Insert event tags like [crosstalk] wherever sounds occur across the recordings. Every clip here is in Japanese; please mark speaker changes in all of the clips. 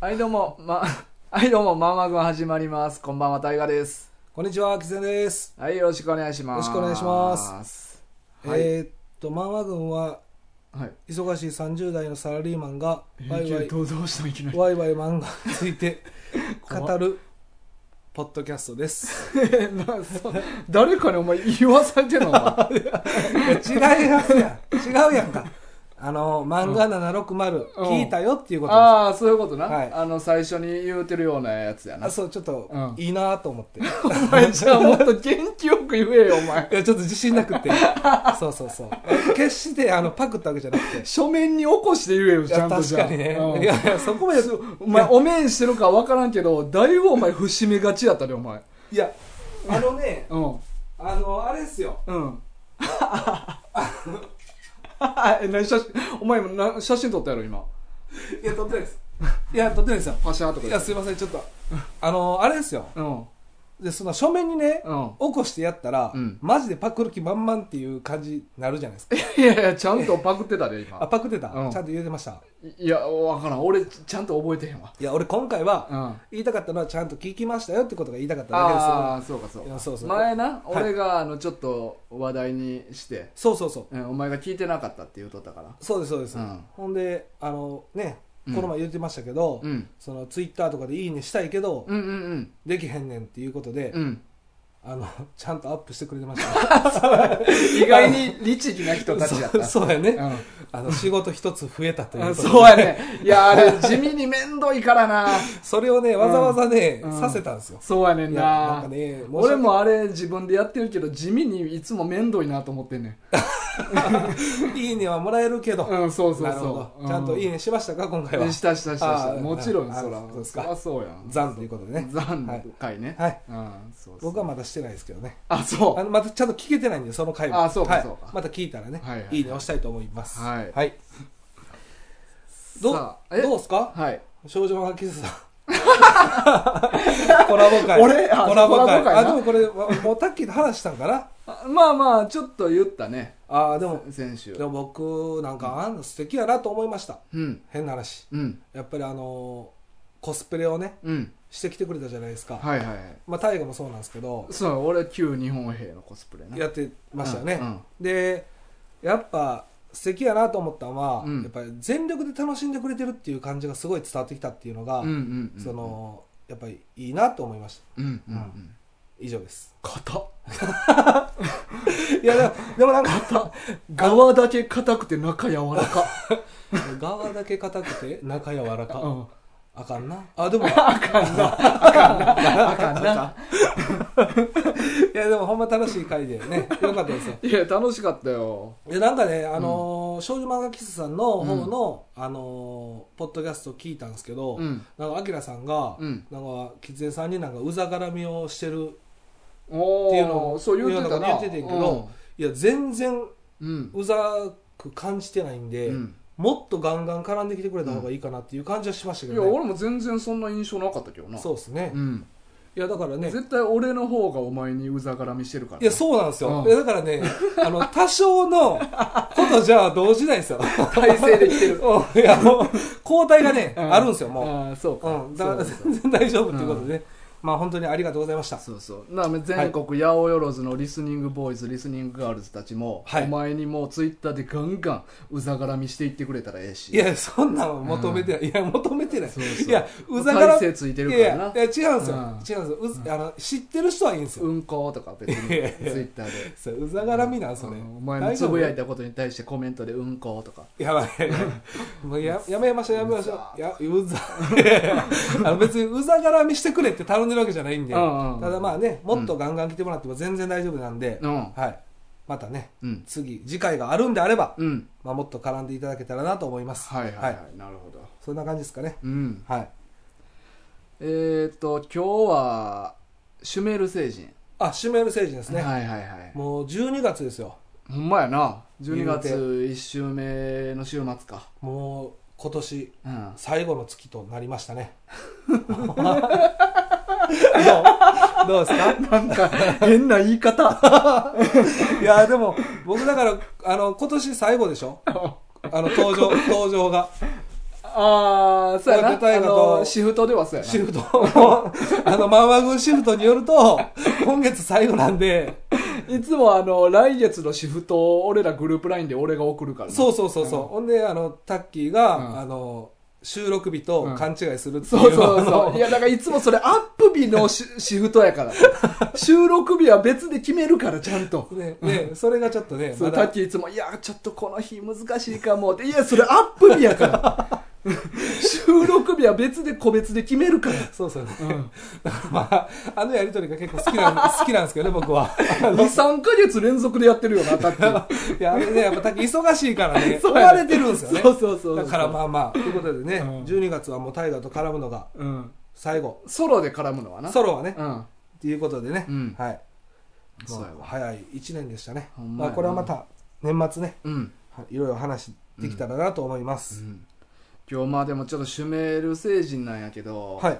Speaker 1: はいどうも、ま、 [laughs] はいどうも、まんまぐん始まります。こんばんは、大河です。
Speaker 2: こんにちは、きつねです。
Speaker 1: はい、よろしくお願いします。。
Speaker 2: よろしくお願いします
Speaker 1: はい。
Speaker 2: えーっと、漫画軍は
Speaker 1: はい。
Speaker 2: 忙しい30代のサラリーマンがワイワイ
Speaker 1: どうどうしたいきなり。
Speaker 2: ワイワイ漫画について
Speaker 1: [laughs] 怖っ
Speaker 2: 語るポッドキャストです。
Speaker 1: [laughs] なそう誰かにお前言わされてんのお
Speaker 2: [laughs]
Speaker 1: 前
Speaker 2: いや違いますやん。違うやんか。あの、漫画760
Speaker 1: うん
Speaker 2: 聞いたよっていうことです。
Speaker 1: ああ、そういうことな、
Speaker 2: はい
Speaker 1: あの、最初に言うてるようなやつやな
Speaker 2: あ。そう、ちょっと
Speaker 1: うん
Speaker 2: いいなと思って。い
Speaker 1: お前、じゃあもっと元気よく言えよ、お
Speaker 2: [laughs]
Speaker 1: 前。
Speaker 2: や、ちょっと自信な
Speaker 1: [laughs]
Speaker 2: くて。そうそうそう。決してあのパクったわけじゃなくて。
Speaker 1: 書面に起こして言えよ、
Speaker 2: い
Speaker 1: ちゃ
Speaker 2: や
Speaker 1: んとじ
Speaker 2: 確
Speaker 1: ゃあ
Speaker 2: かにね。
Speaker 1: うん
Speaker 2: いやいや、そこまで。
Speaker 1: お前、お面してるか分からんけど、だいぶお前、節目がちやったで、お前。
Speaker 2: いや、あのね、
Speaker 1: うん。
Speaker 2: あの、あれですよ。
Speaker 1: うん。 [laughs] え何写真お前今な写真撮ったやろ今
Speaker 2: いや、撮ってないです。いや、撮ってないですよ。
Speaker 1: パシャーとか
Speaker 2: い
Speaker 1: で
Speaker 2: や、すいません、ちょっと。あの、あれですよ。
Speaker 1: うん
Speaker 2: で、その、書面にね、
Speaker 1: うん
Speaker 2: 起こしてやったら、
Speaker 1: うん
Speaker 2: マジでパクる気満々っていう感じになるじゃないですか。
Speaker 1: いやいやちゃんとパクってたで
Speaker 2: あ、
Speaker 1: 今
Speaker 2: パクってた、
Speaker 1: うん
Speaker 2: ちゃんと言えてました。
Speaker 1: いやわからん俺ちゃんと覚えてへんわ
Speaker 2: いや、俺今回は、
Speaker 1: うん
Speaker 2: 言いたかったのは、ちゃんと聞きましたよってことが言いたかっただけです
Speaker 1: ああそうかそう
Speaker 2: い
Speaker 1: か
Speaker 2: やそうそう
Speaker 1: 前な
Speaker 2: はい
Speaker 1: 俺があのちょっと話題にして
Speaker 2: そうそうそ
Speaker 1: う
Speaker 2: う。
Speaker 1: んお前が聞いてなかったって言うとったから
Speaker 2: そうです、そうです。
Speaker 1: うん
Speaker 2: ほんで、あの、ね、
Speaker 1: うん
Speaker 2: この前言ってましたけど、
Speaker 1: うん
Speaker 2: その、ツイッターとかでいいねしたいけど、
Speaker 1: うんうんうん
Speaker 2: できへんねんっていうことで、
Speaker 1: うん
Speaker 2: あの、ちゃんとアップしてくれてました。
Speaker 1: 意外に律儀な [laughs] 人たちや [laughs] った
Speaker 2: そうそうやね。
Speaker 1: うん
Speaker 2: あの仕事一つ増えたという
Speaker 1: あ
Speaker 2: ことで
Speaker 1: そうやねいやあれ地味にめんどいからな
Speaker 2: それをねわざわざね、
Speaker 1: うん
Speaker 2: させたんですよ、
Speaker 1: そうやねん
Speaker 2: いや
Speaker 1: な
Speaker 2: なんかね申し訳ない
Speaker 1: 俺もあれ自分でやってるけど地味にいつも面倒いなと思ってんねん
Speaker 2: いいねはもらえるけど、
Speaker 1: うんそうそう
Speaker 2: なるほ
Speaker 1: そう
Speaker 2: ど、
Speaker 1: う
Speaker 2: ちゃんといいねしましたか今回は
Speaker 1: でしたしたしたした
Speaker 2: あー
Speaker 1: もちろん
Speaker 2: あー
Speaker 1: そら
Speaker 2: そうですか
Speaker 1: そらそうやん
Speaker 2: 残ということでね
Speaker 1: 残
Speaker 2: は
Speaker 1: の
Speaker 2: い、
Speaker 1: 回ね
Speaker 2: はい
Speaker 1: うんそうそう
Speaker 2: 僕はまだしてないですけどね
Speaker 1: あそ
Speaker 2: あ
Speaker 1: う
Speaker 2: のまたちゃんと聞けてないんでその回は
Speaker 1: あそうか
Speaker 2: はい
Speaker 1: そうか
Speaker 2: また聞いたらね、
Speaker 1: はいは
Speaker 2: い
Speaker 1: いはい
Speaker 2: い、ね押したいと思います
Speaker 1: はい
Speaker 2: ど
Speaker 1: さ
Speaker 2: う
Speaker 1: あえ
Speaker 2: どうですか
Speaker 1: はい
Speaker 2: 少女漫画喫
Speaker 1: [laughs]
Speaker 2: 茶さんコラボ会
Speaker 1: 俺あ
Speaker 2: コラボ会
Speaker 1: コラボ会な
Speaker 2: あでもこれわもうタッキーと話したんかな
Speaker 1: あまあまあちょっと言ったね
Speaker 2: あーでも
Speaker 1: 先週
Speaker 2: でも僕なんかあんの素敵やなと思いました
Speaker 1: うん
Speaker 2: 変な話
Speaker 1: うん
Speaker 2: やっぱりあのーコスプレをね
Speaker 1: うん
Speaker 2: してきてくれたじゃないですか、
Speaker 1: はいはいはい
Speaker 2: まあ大河もそうなんですけど
Speaker 1: そう俺旧日本兵のコスプレな
Speaker 2: やってましたよね、
Speaker 1: うんうん
Speaker 2: でやっぱ素敵やなと思ったのは、
Speaker 1: うん
Speaker 2: やっぱり全力で楽しんでくれてるっていう感じがすごい伝わってきたっていうのが、
Speaker 1: うんうんうん
Speaker 2: そのやっぱりいいなと思いました
Speaker 1: うんうんう
Speaker 2: うん以上です
Speaker 1: 硬っ
Speaker 2: いやでもでもなんか [laughs]
Speaker 1: 側だけ硬くて中柔らか
Speaker 2: 側だけ硬くて中柔らか、
Speaker 1: うん
Speaker 2: あかんな
Speaker 1: [laughs]
Speaker 2: あでも [laughs]
Speaker 1: あかんない
Speaker 2: やでもほんま楽しい回でねよかったですよ
Speaker 1: いや楽しかったよ
Speaker 2: でなんかね、あのー少女漫画喫茶さんの方の、あのーポッドキャストを聞いたんですけど、
Speaker 1: うん
Speaker 2: なんか、アキラさんが、
Speaker 1: うん
Speaker 2: なんか、喫煙さんになんか、うざがらみをしてる
Speaker 1: お
Speaker 2: っていうのを、
Speaker 1: そう言ってたな
Speaker 2: 言っててんけど、いや、全然、
Speaker 1: うん
Speaker 2: うざく感じてないんで、
Speaker 1: うん
Speaker 2: もっとガンガン絡んできてくれた方がいいかなっていう感じはしました
Speaker 1: い
Speaker 2: け
Speaker 1: や
Speaker 2: どね。
Speaker 1: 俺も全然そんな印象なかったけどな
Speaker 2: そうですね。
Speaker 1: う
Speaker 2: い
Speaker 1: ん
Speaker 2: や、だからね、
Speaker 1: 絶対俺の方がお前にうざがらみしてるから
Speaker 2: いや、そうなんですよ。
Speaker 1: うん
Speaker 2: いやだからね、あの、多少のことじゃ動じないですよ。
Speaker 1: [laughs] 体勢できてる
Speaker 2: [laughs] うんいや、もう、交代がね、
Speaker 1: うん
Speaker 2: あるんですよ、もう。
Speaker 1: ああそうか
Speaker 2: うん、だから
Speaker 1: そう
Speaker 2: 全然大丈夫ということでね、まあ本当にありがとうございました。
Speaker 1: そうそうな全国八百万のリスニングボーイズリスニングガールズたちも
Speaker 2: はい
Speaker 1: お前にもうツイッターでガンガンうざがらみしていってくれたらええし
Speaker 2: いや、そんなの求めてない。いや、求めてない。
Speaker 1: そうそう
Speaker 2: いや、うざがら
Speaker 1: 体勢ついてるか
Speaker 2: いや
Speaker 1: ら
Speaker 2: い
Speaker 1: な
Speaker 2: や、いや違うんです
Speaker 1: う
Speaker 2: よ。
Speaker 1: ん
Speaker 2: 違うんですようず。あの、知ってる人はいいんですよ。
Speaker 1: うんことか別にツイ
Speaker 2: いやいや
Speaker 1: ッター [laughs] で
Speaker 2: そううざがらみなん、それ。
Speaker 1: うんお前のつぶやいたことに対してコメントで「うんこ」とか
Speaker 2: 大丈夫。やばい。 [laughs] もうややめましょう、やめましょ
Speaker 1: う
Speaker 2: う。いや、うざ。いやいやあの別にうざがらみしてくれって頼んでるわけじゃないんで、
Speaker 1: うんうん
Speaker 2: ただまあね、もっとガンガン来てもらっても全然大丈夫なんで、
Speaker 1: うん
Speaker 2: はい。またね、
Speaker 1: うん
Speaker 2: 次、次回があるんであれば、
Speaker 1: うん
Speaker 2: まあ、もっと絡んでいただけたらなと思います。
Speaker 1: はいはいはい、なるほど
Speaker 2: そんな感じですかね。
Speaker 1: うん
Speaker 2: はい。
Speaker 1: えーっと今日はシュメール星人
Speaker 2: あ、シュメール星人ですね。
Speaker 1: はいはいはい
Speaker 2: もう12月ですよ。
Speaker 1: ほんまやな12月
Speaker 2: 言
Speaker 1: 1週目の週末か
Speaker 2: もう今年
Speaker 1: [laughs] うん
Speaker 2: 最後の月となりました [laughs] ね。どうどうですか
Speaker 1: なんか変な言い [laughs] 方
Speaker 2: いや、でも僕だから、あの、今年最後でしょあの、登場、登場が。
Speaker 1: ああ、そうやな。
Speaker 2: だって大
Speaker 1: あ
Speaker 2: 河と
Speaker 1: の、シフトではそうやな
Speaker 2: シ。フトあのマンワ軍シフトによると今月最後なんで
Speaker 1: いつもあの、来月のシフトを俺らグループラインで俺が送るからな
Speaker 2: そうそうそうそう、
Speaker 1: うん
Speaker 2: ほんであのタッキーが、あの収録日と勘違いするっていう、
Speaker 1: そうそう [laughs]
Speaker 2: あ
Speaker 1: そう。
Speaker 2: の
Speaker 1: いや、だからいつもそれアップ日のシシフトや [laughs] から。収録日は別で決めるから、ちゃんと。
Speaker 2: ねねそれがちょっとね
Speaker 1: そ
Speaker 2: ま
Speaker 1: うタ
Speaker 2: だ
Speaker 1: ッキーいつも、いや、ちょっとこの日難しいかもって。いや、それアップ日やから。
Speaker 2: [laughs]
Speaker 1: 収録日は別で個別で決めるから。
Speaker 2: そうそうね、 [laughs]
Speaker 1: ん
Speaker 2: だからまああのやりとりが結構好き
Speaker 1: [laughs]
Speaker 2: なん好きなんですけどね僕はあ
Speaker 1: 2、
Speaker 2: の
Speaker 1: 3ヶ月連続でやってるよ
Speaker 2: [laughs]
Speaker 1: な、タッキー。
Speaker 2: いやあれねやっぱタッキー忙しいからね追
Speaker 1: [laughs] そうや
Speaker 2: わ
Speaker 1: ね
Speaker 2: れてるんですよね
Speaker 1: そうそうそうそう
Speaker 2: だからまあまあということでね、
Speaker 1: うん
Speaker 2: 12月はもう大河と絡むのが
Speaker 1: うん。
Speaker 2: 最後
Speaker 1: ソロで絡むのはな。
Speaker 2: ソロはね、
Speaker 1: うん。
Speaker 2: っていうことでね、
Speaker 1: うん
Speaker 2: はい、
Speaker 1: そうやわ
Speaker 2: まあ早い1年でしたね
Speaker 1: ほんま
Speaker 2: ま
Speaker 1: や
Speaker 2: あ、
Speaker 1: な
Speaker 2: これはまた年末ね
Speaker 1: うん。
Speaker 2: はいいろいろ話できたらなと思います、
Speaker 1: 今日まあでもちょっとシュメール星人なんやけど、
Speaker 2: はい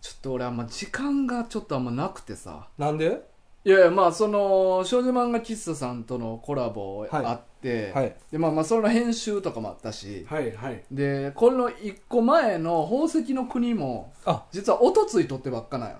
Speaker 1: ちょっと俺あんま時間がちょっとあんまなくてさ。
Speaker 2: なんで、
Speaker 1: いやいやまあその少女漫画喫茶さんとのコラボあって、
Speaker 2: はい
Speaker 1: でまあまあその編集とかもあったし、
Speaker 2: はいはい
Speaker 1: でこの一個前の宝石の国も
Speaker 2: あ
Speaker 1: 実はおとつい撮ってばっかなんよ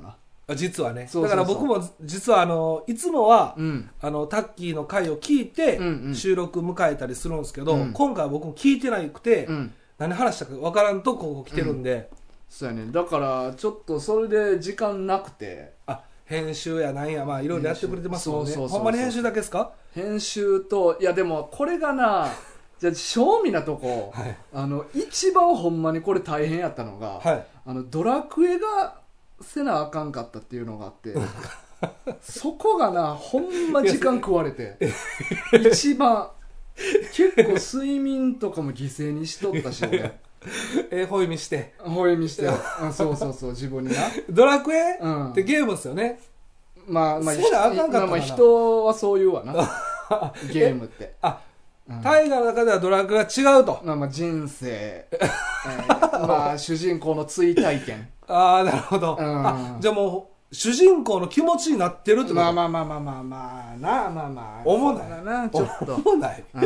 Speaker 1: な
Speaker 2: 実はね
Speaker 1: そうそうそう
Speaker 2: だから僕も実はあのいつもは、
Speaker 1: うん
Speaker 2: あのタッキーの回を聞いて、
Speaker 1: うんうん
Speaker 2: 収録迎えたりするんですけど、
Speaker 1: うん
Speaker 2: 今回は僕も聞いてなくて、
Speaker 1: うん
Speaker 2: 何話したか分からんとここ来てるんで、
Speaker 1: そうやねだからちょっとそれで時間なくて
Speaker 2: あ編集やなんやまあいろいろやってくれてますもんね
Speaker 1: 編集そうそうそうそう
Speaker 2: ほんまに編集だけですか
Speaker 1: 編集といやでもこれがな
Speaker 2: [laughs]
Speaker 1: じゃあ正味なとこ、
Speaker 2: はい
Speaker 1: あの一番ほんまにこれ大変やったのが、 [laughs]
Speaker 2: はい
Speaker 1: あのドラクエがせなあかんかったっていうのがあってそこがなほんま時間食われて一番結構睡眠とかも犠牲にしとったし俺
Speaker 2: えー、ほいみして
Speaker 1: ほえみしてうんそうそうそう自分にな
Speaker 2: ドラクエ、
Speaker 1: うん
Speaker 2: ってゲームですよね
Speaker 1: まあまあ
Speaker 2: せなあかんかったかな
Speaker 1: まあまあ人はそう言うわなゲームって
Speaker 2: あ
Speaker 1: うん
Speaker 2: 大河の中ではドラクエが違うと、
Speaker 1: まあまあ人生、えーまあ主人公の追体験
Speaker 2: ああなるほど、
Speaker 1: うん
Speaker 2: あじゃあもう主人公の気持ちになってるってこと
Speaker 1: まあまあまあまあまあまあなあまあまあ
Speaker 2: 思わない
Speaker 1: そうだなちょっと
Speaker 2: 思わない
Speaker 1: あ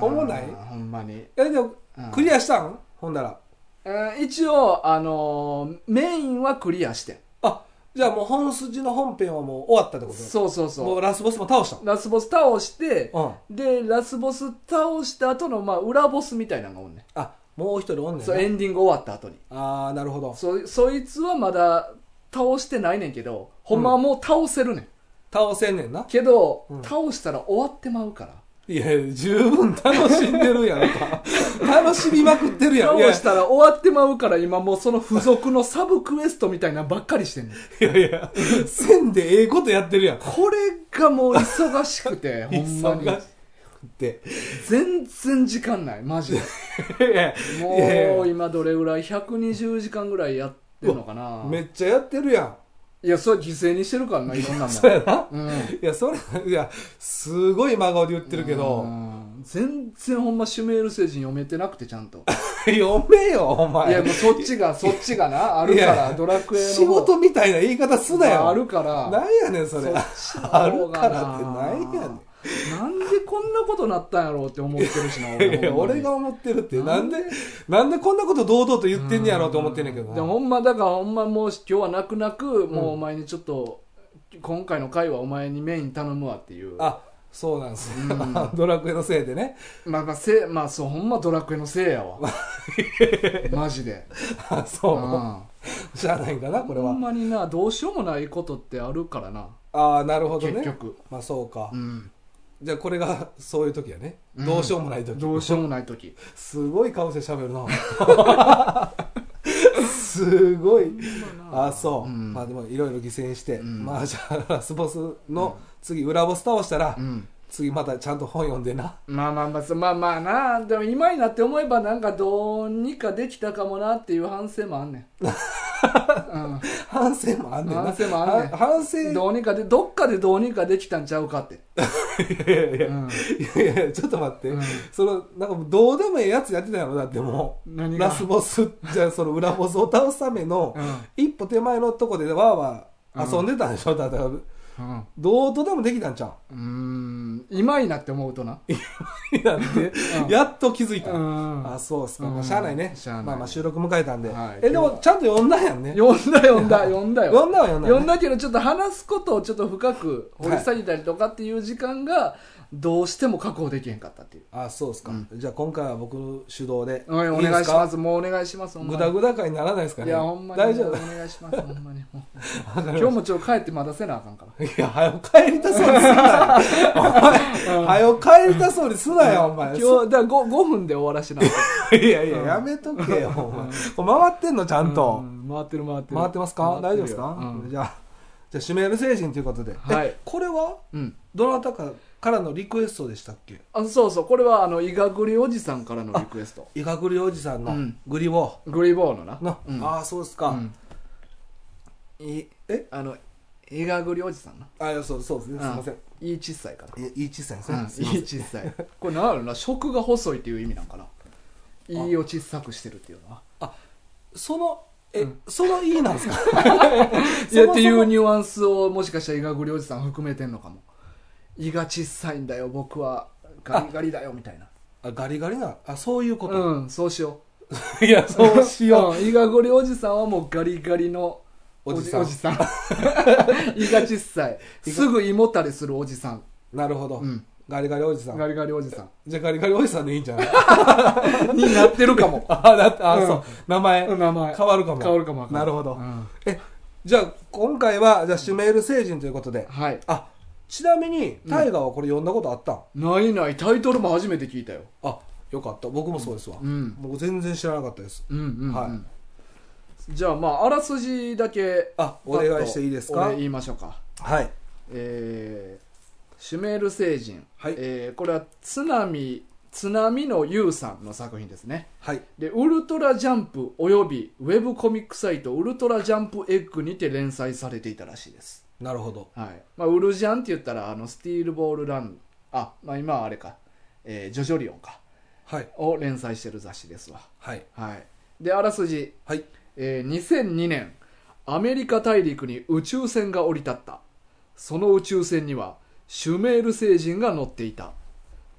Speaker 1: ー
Speaker 2: 思わない
Speaker 1: ほんまに、
Speaker 2: えでも
Speaker 1: うん
Speaker 2: クリアしたんほんなら
Speaker 1: うん一応、あのーメインはクリアして
Speaker 2: あじゃあもう本筋の本編はもう終わったってこと
Speaker 1: そうそう
Speaker 2: も
Speaker 1: そう
Speaker 2: ラスボスも倒した
Speaker 1: うラスボス倒して
Speaker 2: うん
Speaker 1: でラスボス倒した後のまあ裏ボスみたいなのがおんね
Speaker 2: あもう一人おん
Speaker 1: ん
Speaker 2: ねん
Speaker 1: そう
Speaker 2: な
Speaker 1: エンディング終わった後に
Speaker 2: ああなるほど
Speaker 1: そそいつはまだ倒してないねんけどほんまはもう倒せるねん、
Speaker 2: 倒せんねんな
Speaker 1: けど、
Speaker 2: ん
Speaker 1: 倒したら終わってまうから
Speaker 2: いや十分楽しんでるやろ [laughs] か楽しみまくってるや
Speaker 1: 倒
Speaker 2: ろいや
Speaker 1: したら終わってまうから今もうその付属のサブクエストみたいなのばっかりしてんねん
Speaker 2: いやいやせんでええことやってるやん
Speaker 1: これがもう忙しく
Speaker 2: [laughs]
Speaker 1: てほんまに
Speaker 2: 忙しくて
Speaker 1: 全然時間ないマジで
Speaker 2: いやいや [laughs] いやい
Speaker 1: も
Speaker 2: や
Speaker 1: う今どれぐらい120時間ぐらいやってるのかな
Speaker 2: [laughs] めっちゃやってるやん
Speaker 1: いやそれは犠牲にしてるからないろんなもん
Speaker 2: [laughs] そうやな
Speaker 1: うん
Speaker 2: いや、それ、いや、すごい真顔で言ってるけ
Speaker 1: う
Speaker 2: ど、
Speaker 1: ん全然ほんまシュメール星人読めてなくてちゃん
Speaker 2: [laughs]
Speaker 1: と
Speaker 2: [laughs] 読めよ、お
Speaker 1: いや
Speaker 2: 前
Speaker 1: もう。そっちがそっちが
Speaker 2: [laughs]
Speaker 1: なあるか
Speaker 2: い
Speaker 1: ら
Speaker 2: や
Speaker 1: ドラクエの方
Speaker 2: 仕事みたいな言い方すなよ。
Speaker 1: あるから
Speaker 2: なんやねん、それ。
Speaker 1: そっちの
Speaker 2: [laughs] あ
Speaker 1: 方
Speaker 2: る
Speaker 1: が
Speaker 2: からってなんや
Speaker 1: なんでこんなことなったんやろうって思ってるしな
Speaker 2: ねん。 [laughs]
Speaker 1: 俺
Speaker 2: いや
Speaker 1: ほんまに
Speaker 2: 俺が思ってるって、なんで、なんでこんなこと堂々と言ってんねやろうと思ってんねんけど
Speaker 1: でも
Speaker 2: な。
Speaker 1: ほんまだからほんまもう今日は泣く泣くもうお前にちょっと今回の回はお前にメイン頼むわっていう
Speaker 2: あ、そうなんですよ。 [laughs] ドラクエのせいでね。
Speaker 1: まあまあせまあそうほんまドラクエのせいや
Speaker 2: [laughs]
Speaker 1: わマジで
Speaker 2: あ
Speaker 1: うん
Speaker 2: そうん。じゃあないんかな、これ
Speaker 1: ほ
Speaker 2: は
Speaker 1: ん。まになどうしようもないことってあるからな
Speaker 2: ああ、なるほど
Speaker 1: 結
Speaker 2: ね。
Speaker 1: 局
Speaker 2: まあ、そうか
Speaker 1: う。ん
Speaker 2: じゃあ、これがそういう時やね。
Speaker 1: うん
Speaker 2: どうしようもない時。
Speaker 1: どうしようもない時
Speaker 2: すごい顔して喋
Speaker 1: [laughs]
Speaker 2: るな。すごい。あ、そう。
Speaker 1: うん
Speaker 2: まあでもいろいろ犠牲にして、
Speaker 1: ん
Speaker 2: まあじゃあラスボスの次裏ボス倒したら、
Speaker 1: うん
Speaker 2: 次またちゃんと本読んでな。
Speaker 1: まあまあまあまあまあなでも今になって思えばなんかどうにかできたかもなっていう反省もあんね
Speaker 2: [laughs]
Speaker 1: ん、うん
Speaker 2: 反省もあんねんな。
Speaker 1: 反省もあんねん
Speaker 2: は反省。
Speaker 1: どうにかでどっかでどうにかできたんちゃうかって、
Speaker 2: いやいやいや、
Speaker 1: うん
Speaker 2: いやいやちょっと待って。
Speaker 1: うん
Speaker 2: その、なんかもうどうでもええやつやってたやろ、だってもう。
Speaker 1: 何が
Speaker 2: ラスボス、じゃあその裏ボスを倒すための、
Speaker 1: うん
Speaker 2: 一歩手前のとこでわーわー遊んでたんでしょ、だから。
Speaker 1: うん
Speaker 2: どうとでもできたんちゃ
Speaker 1: うーん今になって思うとな
Speaker 2: うなんで
Speaker 1: うん
Speaker 2: やっと気づいた、
Speaker 1: うん
Speaker 2: あそうっすか、ま
Speaker 1: う
Speaker 2: あ、
Speaker 1: ん
Speaker 2: しゃあないね
Speaker 1: しゃあない
Speaker 2: まあ、まあ収録迎えたんで、
Speaker 1: はい
Speaker 2: えでもちゃんと呼んだんやんね
Speaker 1: 呼んだ呼んだ
Speaker 2: [laughs]
Speaker 1: 呼んだよ
Speaker 2: 呼んだは呼んだよね
Speaker 1: 呼んだけどちょっと話すことをちょっと深く掘り下げたりとかっていう時間がどうしても確保できへんかったっていう、
Speaker 2: あそうですか、
Speaker 1: うん
Speaker 2: じゃあ今回は僕主導で
Speaker 1: はいお願いしますすもうお願いしますほんま
Speaker 2: グ
Speaker 1: に
Speaker 2: ダグダ会にならないですかね
Speaker 1: いやほんまに
Speaker 2: 大丈
Speaker 1: お [laughs]
Speaker 2: 夫
Speaker 1: 願いしますほんま
Speaker 2: [laughs]
Speaker 1: にもう
Speaker 2: わか
Speaker 1: 今
Speaker 2: りま
Speaker 1: 日もちょっと帰って待たせなあかんから
Speaker 2: したいや早く帰りたそうにすなよお前早く帰りたそうにすなよお前
Speaker 1: 今日だから 5, 5分で終わらしてなあかん
Speaker 2: いやいややめとけよお前これ回ってんのちゃん
Speaker 1: う
Speaker 2: と
Speaker 1: ん回ってる回ってる
Speaker 2: 回ってますか
Speaker 1: 回って
Speaker 2: 大丈夫
Speaker 1: る
Speaker 2: です
Speaker 1: よ
Speaker 2: か
Speaker 1: うん
Speaker 2: じゃあじゃあシュメール星人ということで
Speaker 1: はい
Speaker 2: えこれは
Speaker 1: うん
Speaker 2: どなたかからのリクエストでしたっけ
Speaker 1: あそうそうこれはあのイガグリおじさんからのリクエスト
Speaker 2: イカグリおじさんの
Speaker 1: うん
Speaker 2: グリボ
Speaker 1: グリボーのな
Speaker 2: ーの
Speaker 1: うん
Speaker 2: ああそうですか
Speaker 1: うんい
Speaker 2: え
Speaker 1: あのイガグリおじさんな
Speaker 2: あいやそうそうですねすいません
Speaker 1: いい小さいから
Speaker 2: いいい小さいですねすいま
Speaker 1: い
Speaker 2: せ
Speaker 1: い
Speaker 2: ん
Speaker 1: 小さい [laughs] これ何やろな食が細いっていう意味なんかな胃を小さくしてるっていうのは
Speaker 2: そのえ、そのいいなんですか
Speaker 1: いやってい
Speaker 2: そうも
Speaker 1: ニュアンスをもしかしたら胃がグリおじさん含めてんのかも胃が小さいんだよ僕はガリガリだよみたいな
Speaker 2: そもあガリガリなあそういうこと、
Speaker 1: うんそうしよ
Speaker 2: いや
Speaker 1: う [laughs] う、ん、胃がグリおじさんはもうガリガリの
Speaker 2: おじさん
Speaker 1: おじ [laughs] さん胃が小さいすぐ胃もたれするおじさん、
Speaker 2: [laughs] なるほど、
Speaker 1: うん、
Speaker 2: ガリガリおじさん
Speaker 1: ガリガリおじさん
Speaker 2: じゃあガリガリおじさんでいいんじゃない
Speaker 1: [laughs] になってるかも
Speaker 2: [laughs] あだってあ、
Speaker 1: うん
Speaker 2: そう名前、
Speaker 1: 名前
Speaker 2: 変わるかも
Speaker 1: 変わるかもわかんい
Speaker 2: なるほど、
Speaker 1: うん
Speaker 2: えじゃあ今回はじゃあシュメール星人ということで、
Speaker 1: はい
Speaker 2: あちなみに大河はこれ読んだことあったん、
Speaker 1: ないないタイトルも初めて聞いたよ
Speaker 2: あよかった僕もそうですわ、
Speaker 1: うん
Speaker 2: もう全然知らなかったです
Speaker 1: うんうん、うん
Speaker 2: は
Speaker 1: じゃあまああらすじだけ
Speaker 2: あお願いしていいです
Speaker 1: パッと
Speaker 2: か
Speaker 1: 俺言いましょうか
Speaker 2: はい
Speaker 1: えーシュメール星人、
Speaker 2: はい
Speaker 1: えーこれは津波津波の U さんの作品ですね
Speaker 2: はい
Speaker 1: でウルトラジャンプおよびウェブコミックサイトウルトラジャンプエッグにて連載されていたらしいです、
Speaker 2: なるほど
Speaker 1: はいまあ、ウルジャンって言ったらあのスティールボールランあ、まあ、今はあれか、えージョジョリオンか
Speaker 2: はい
Speaker 1: を連載してる雑誌ですわ
Speaker 2: はい
Speaker 1: はいであらすじ
Speaker 2: はい
Speaker 1: えー2002年アメリカ大陸に宇宙船が降り立ったその宇宙船にはシュメール星人が乗っていた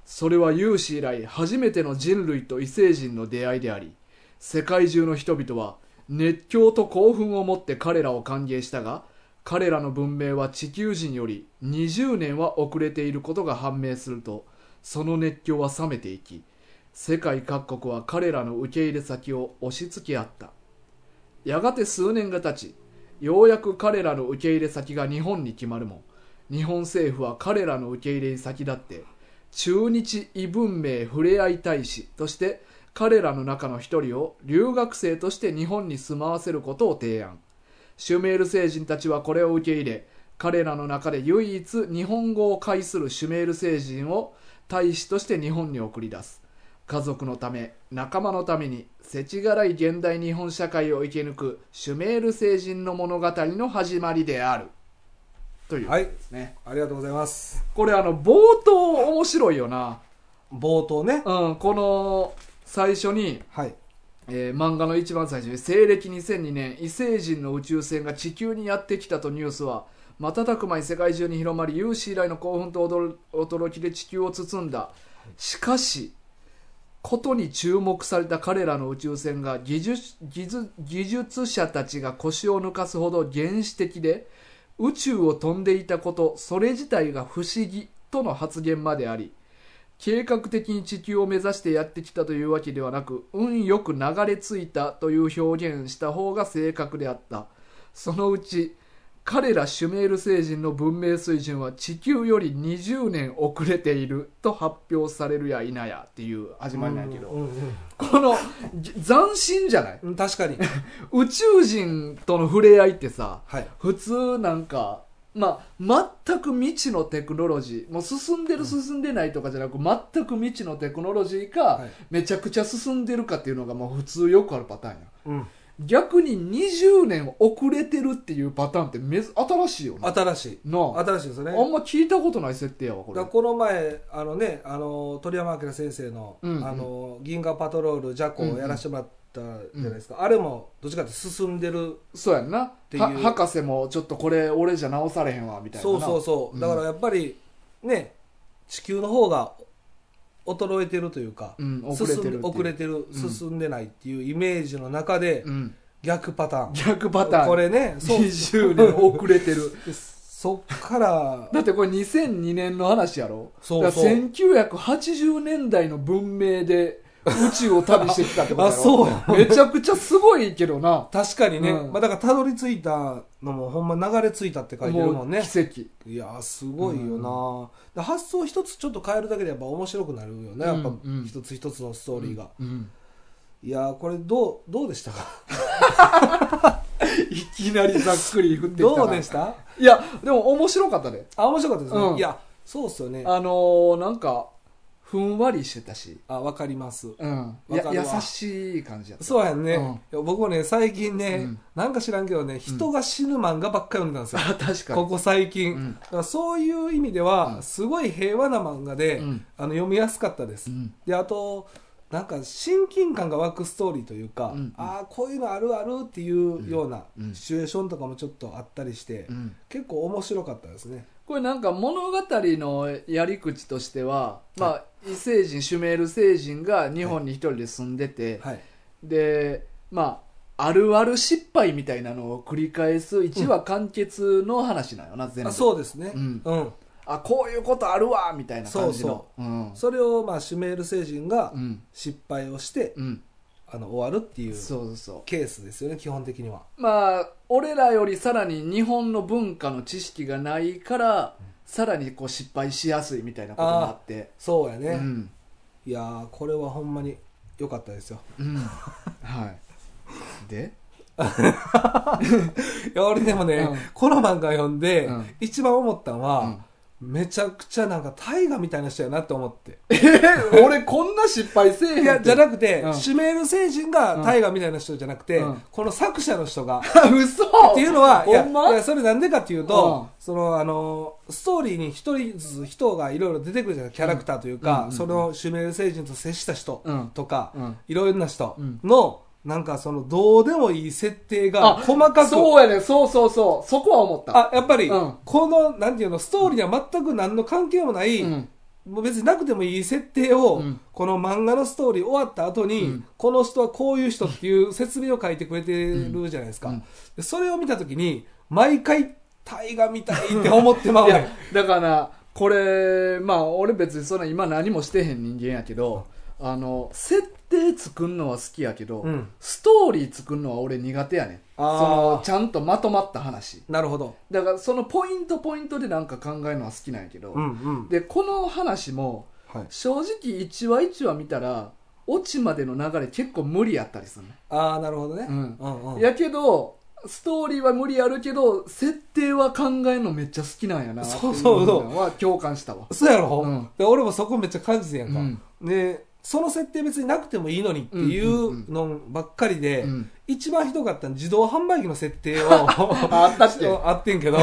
Speaker 1: それは有史以来初めての人類と異星人の出会いであり世界中の人々は熱狂と興奮を持って彼らを歓迎したが彼らの文明は地球人より20年は遅れていることが判明するとその熱狂は冷めていき世界各国は彼らの受け入れ先を押し付け合ったやがて数年が経ちようやく彼らの受け入れ先が日本に決まるも日本政府は彼らの受け入れに先立って中日異文明ふれあい大使として彼らの中の一人を留学生として日本に住まわせることを提案シュメール星人たちはこれを受け入れ彼らの中で唯一日本語を介するシュメール星人を大使として日本に送り出す家族のため仲間のために世知辛い現代日本社会を生き抜くシュメール星人の物語の始まりであるということですね、
Speaker 2: ありがとうございます
Speaker 1: これあの冒頭面白いよな、
Speaker 2: 冒頭ね
Speaker 1: うん、この最初に、
Speaker 2: はい
Speaker 1: えー漫画の一番最初に西暦2002年異星人の宇宙船が地球にやってきたとニュースは瞬く間に世界中に広まり有史以来の興奮と驚驚きで地球を包んだしかしことに注目された彼らの宇宙船が技術技術技術者たちが腰を抜かすほど原始的で宇宙を飛んでいたことそれ自体が不思議との発言まであり計画的に地球を目指してやってきたというわけではなく運よく流れ着いたという表現した方が正確であったそのうち彼らシュメール星人の文明水準は地球より20年遅れていると発表されるや否やっていう始まりなんやけど、
Speaker 2: うんうん
Speaker 1: このじ斬新じゃない
Speaker 2: うん、
Speaker 1: [laughs]
Speaker 2: 確かに
Speaker 1: 宇宙人との触れ合いってさ
Speaker 2: はい
Speaker 1: 普通なんか、まあ、全く未知のテクノロジーもう進んでる進んでないとかじゃなく、全く未知のテクノロジーか、
Speaker 2: はい
Speaker 1: めちゃくちゃ進んでるかっていうのがもう普通よくあるパターンや
Speaker 2: うん
Speaker 1: 逆に20年遅れてるっていうパターンってめず新しいよな
Speaker 2: 新しい
Speaker 1: なあ
Speaker 2: 新しいですよね
Speaker 1: あんま聞いたことない設定やわこれ
Speaker 2: だからこの前あのねあの鳥山明先生の,、
Speaker 1: うんうん
Speaker 2: あの銀河パトロールジャコをやらせてもらったじゃないですか、あれもどっちかって進んでる
Speaker 1: そうやんな
Speaker 2: ていう
Speaker 1: は博士もちょっとこれ俺じゃ直されへんわみたいな
Speaker 2: そうそう
Speaker 1: そ
Speaker 2: そう
Speaker 1: うん
Speaker 2: だからやっぱりね地球の方が衰えてるというか、
Speaker 1: うん遅れてるってい
Speaker 2: 進ん
Speaker 1: う
Speaker 2: 遅れてる
Speaker 1: うん
Speaker 2: 進んでないっていうイメージの中で、
Speaker 1: うん、
Speaker 2: 逆パターン
Speaker 1: 逆パターン
Speaker 2: これね
Speaker 1: [laughs]
Speaker 2: そう
Speaker 1: 20年遅れてる
Speaker 2: でそ
Speaker 1: [laughs]
Speaker 2: っから
Speaker 1: だってこれ2002年の話やろ
Speaker 2: そうそう
Speaker 1: だから1980年代の文明で宇宙を旅してきたってことやろ
Speaker 2: [laughs] あそう
Speaker 1: め
Speaker 2: や
Speaker 1: ちゃくちゃすごいけどな
Speaker 2: 確かにね、
Speaker 1: うん
Speaker 2: まあ、だからたどり着いたのもほんま流れ着いたって書いてるもんね
Speaker 1: う奇跡
Speaker 2: いやーすごいよな、で発想一つちょっと変えるだけでやっぱ面白くなるよねやっぱ
Speaker 1: うんうん
Speaker 2: 一つ一つのストーリーが、 [laughs]
Speaker 1: うん
Speaker 2: いやーこれどうどうでしたか
Speaker 1: いきなりざっくり振ってきたな
Speaker 2: どうでした
Speaker 1: いやでも面白かったで
Speaker 2: あ面白かったですね、
Speaker 1: うん
Speaker 2: いやそうっすよねあ
Speaker 1: あのー、なんかふんわりしてたし、
Speaker 2: わかります
Speaker 1: うん、
Speaker 2: わ
Speaker 1: や
Speaker 2: かるわ
Speaker 1: 優しい感じやった
Speaker 2: そうやんね、
Speaker 1: うん
Speaker 2: いや僕もね最近ね、
Speaker 1: うん
Speaker 2: なんか知らんけどね人が死ぬ漫画ばっかり読んでたんですよ、 [laughs]
Speaker 1: あ確かに
Speaker 2: ここ最近、
Speaker 1: うん
Speaker 2: だからそういう意味では、
Speaker 1: うん
Speaker 2: すごい平和な漫画で、
Speaker 1: うん
Speaker 2: あの読みやすかったです、
Speaker 1: うん
Speaker 2: であとなんか親近感が湧くストーリーというか、
Speaker 1: うん
Speaker 2: ああこういうのあるあるっていうような
Speaker 1: うんうん
Speaker 2: シチュエーションとかもちょっとあったりして、
Speaker 1: うん
Speaker 2: 結構面白かったですね
Speaker 1: これなんか物語のやり口としては、まあ、異星人シュメール星人が日本に一人で住んでて、
Speaker 2: はい
Speaker 1: でまああるある失敗みたいなのを繰り返す1話完結の話なよな、全部
Speaker 2: あそうですね
Speaker 1: うん
Speaker 2: うん、
Speaker 1: あこういうことあるわみたいな感じのうん
Speaker 2: それをまあシュメール星人が
Speaker 1: うん
Speaker 2: 失敗をして、
Speaker 1: うん
Speaker 2: あの終わるっていう
Speaker 1: そうそうそ
Speaker 2: ケースですよね基本的には
Speaker 1: うまあ俺らよりさらに日本の文化の知識がないからさらにこう失敗しやすいみたいなこともあって
Speaker 2: そうやね、
Speaker 1: うん
Speaker 2: いやーこれはほんまに良かったですよ
Speaker 1: うんはいで [laughs]
Speaker 2: いや俺でもね、
Speaker 1: うん
Speaker 2: この漫画読んで、
Speaker 1: うん
Speaker 2: 一番思ったのは、めちゃくちゃなんか大河みたいな人やなって思って
Speaker 1: え俺こんな失敗せえへん
Speaker 2: いやじゃ
Speaker 1: な
Speaker 2: なくて、
Speaker 1: うん
Speaker 2: シュメール星人が大河みたいな人じゃなくて、
Speaker 1: うん
Speaker 2: この作者の人が、
Speaker 1: 嘘
Speaker 2: っていうのは、い
Speaker 1: [laughs]
Speaker 2: や、
Speaker 1: ほんま
Speaker 2: いやそれなんでかっていうと、
Speaker 1: うん
Speaker 2: その、あの、ストーリーに一人ずつ人がいろいろ出てくるじゃないキャラクターという
Speaker 1: うんうん
Speaker 2: か、
Speaker 1: うん
Speaker 2: そのシュメール星人と接した人
Speaker 1: うん
Speaker 2: とか
Speaker 1: うん、
Speaker 2: いろいろな人
Speaker 1: うん
Speaker 2: の、なんかその、どうでもいい設定が
Speaker 1: あ
Speaker 2: 細かく、
Speaker 1: そうやねそうそうそうそこは思った
Speaker 2: あ、やっぱり、
Speaker 1: うん
Speaker 2: この、なんていうの、ストーリーには全く何の関係もない、
Speaker 1: うん
Speaker 2: もう別になくてもいい設定
Speaker 1: う
Speaker 2: を、
Speaker 1: ん
Speaker 2: この漫画のストーリー終わった後に、
Speaker 1: うん
Speaker 2: この人はこういう人っていう説明を書いてくれてるじゃないですか。
Speaker 1: うん
Speaker 2: でそれを見たときに、毎回、大河みたいって思ってまう
Speaker 1: い
Speaker 2: ねん
Speaker 1: やだからこれまあ俺別にそんな今何もしてへん人間やけどあの設定作るのは好きやけど、
Speaker 2: [laughs] うん
Speaker 1: ストーリー作るのは俺苦手やねんそ
Speaker 2: あー
Speaker 1: のちゃんとまとまった話
Speaker 2: なるほど。
Speaker 1: だからそのポイントポイントでなんか考えるのは好きなんやけど、
Speaker 2: うんうん。
Speaker 1: でこの話も
Speaker 2: はい、
Speaker 1: 正直一話一話見たらオチまでの流れ結構無理やったりするね
Speaker 2: ああ、なるほどね。
Speaker 1: うん
Speaker 2: うんうん、
Speaker 1: やけどストーリーは無理やるけど設定は考えるのめっちゃ好きなんやな
Speaker 2: そうそうそう
Speaker 1: っていのは共感したわ
Speaker 2: そうやろ、
Speaker 1: うん
Speaker 2: で俺もそこめっちゃ感じてんやんか。で、その設定別になくてもいいのにっていうのばっかりで、
Speaker 1: うん
Speaker 2: 一番ひどかったのは自動販売機の設定 [laughs] を
Speaker 1: ああったっけ
Speaker 2: あって
Speaker 1: [laughs]
Speaker 2: んけど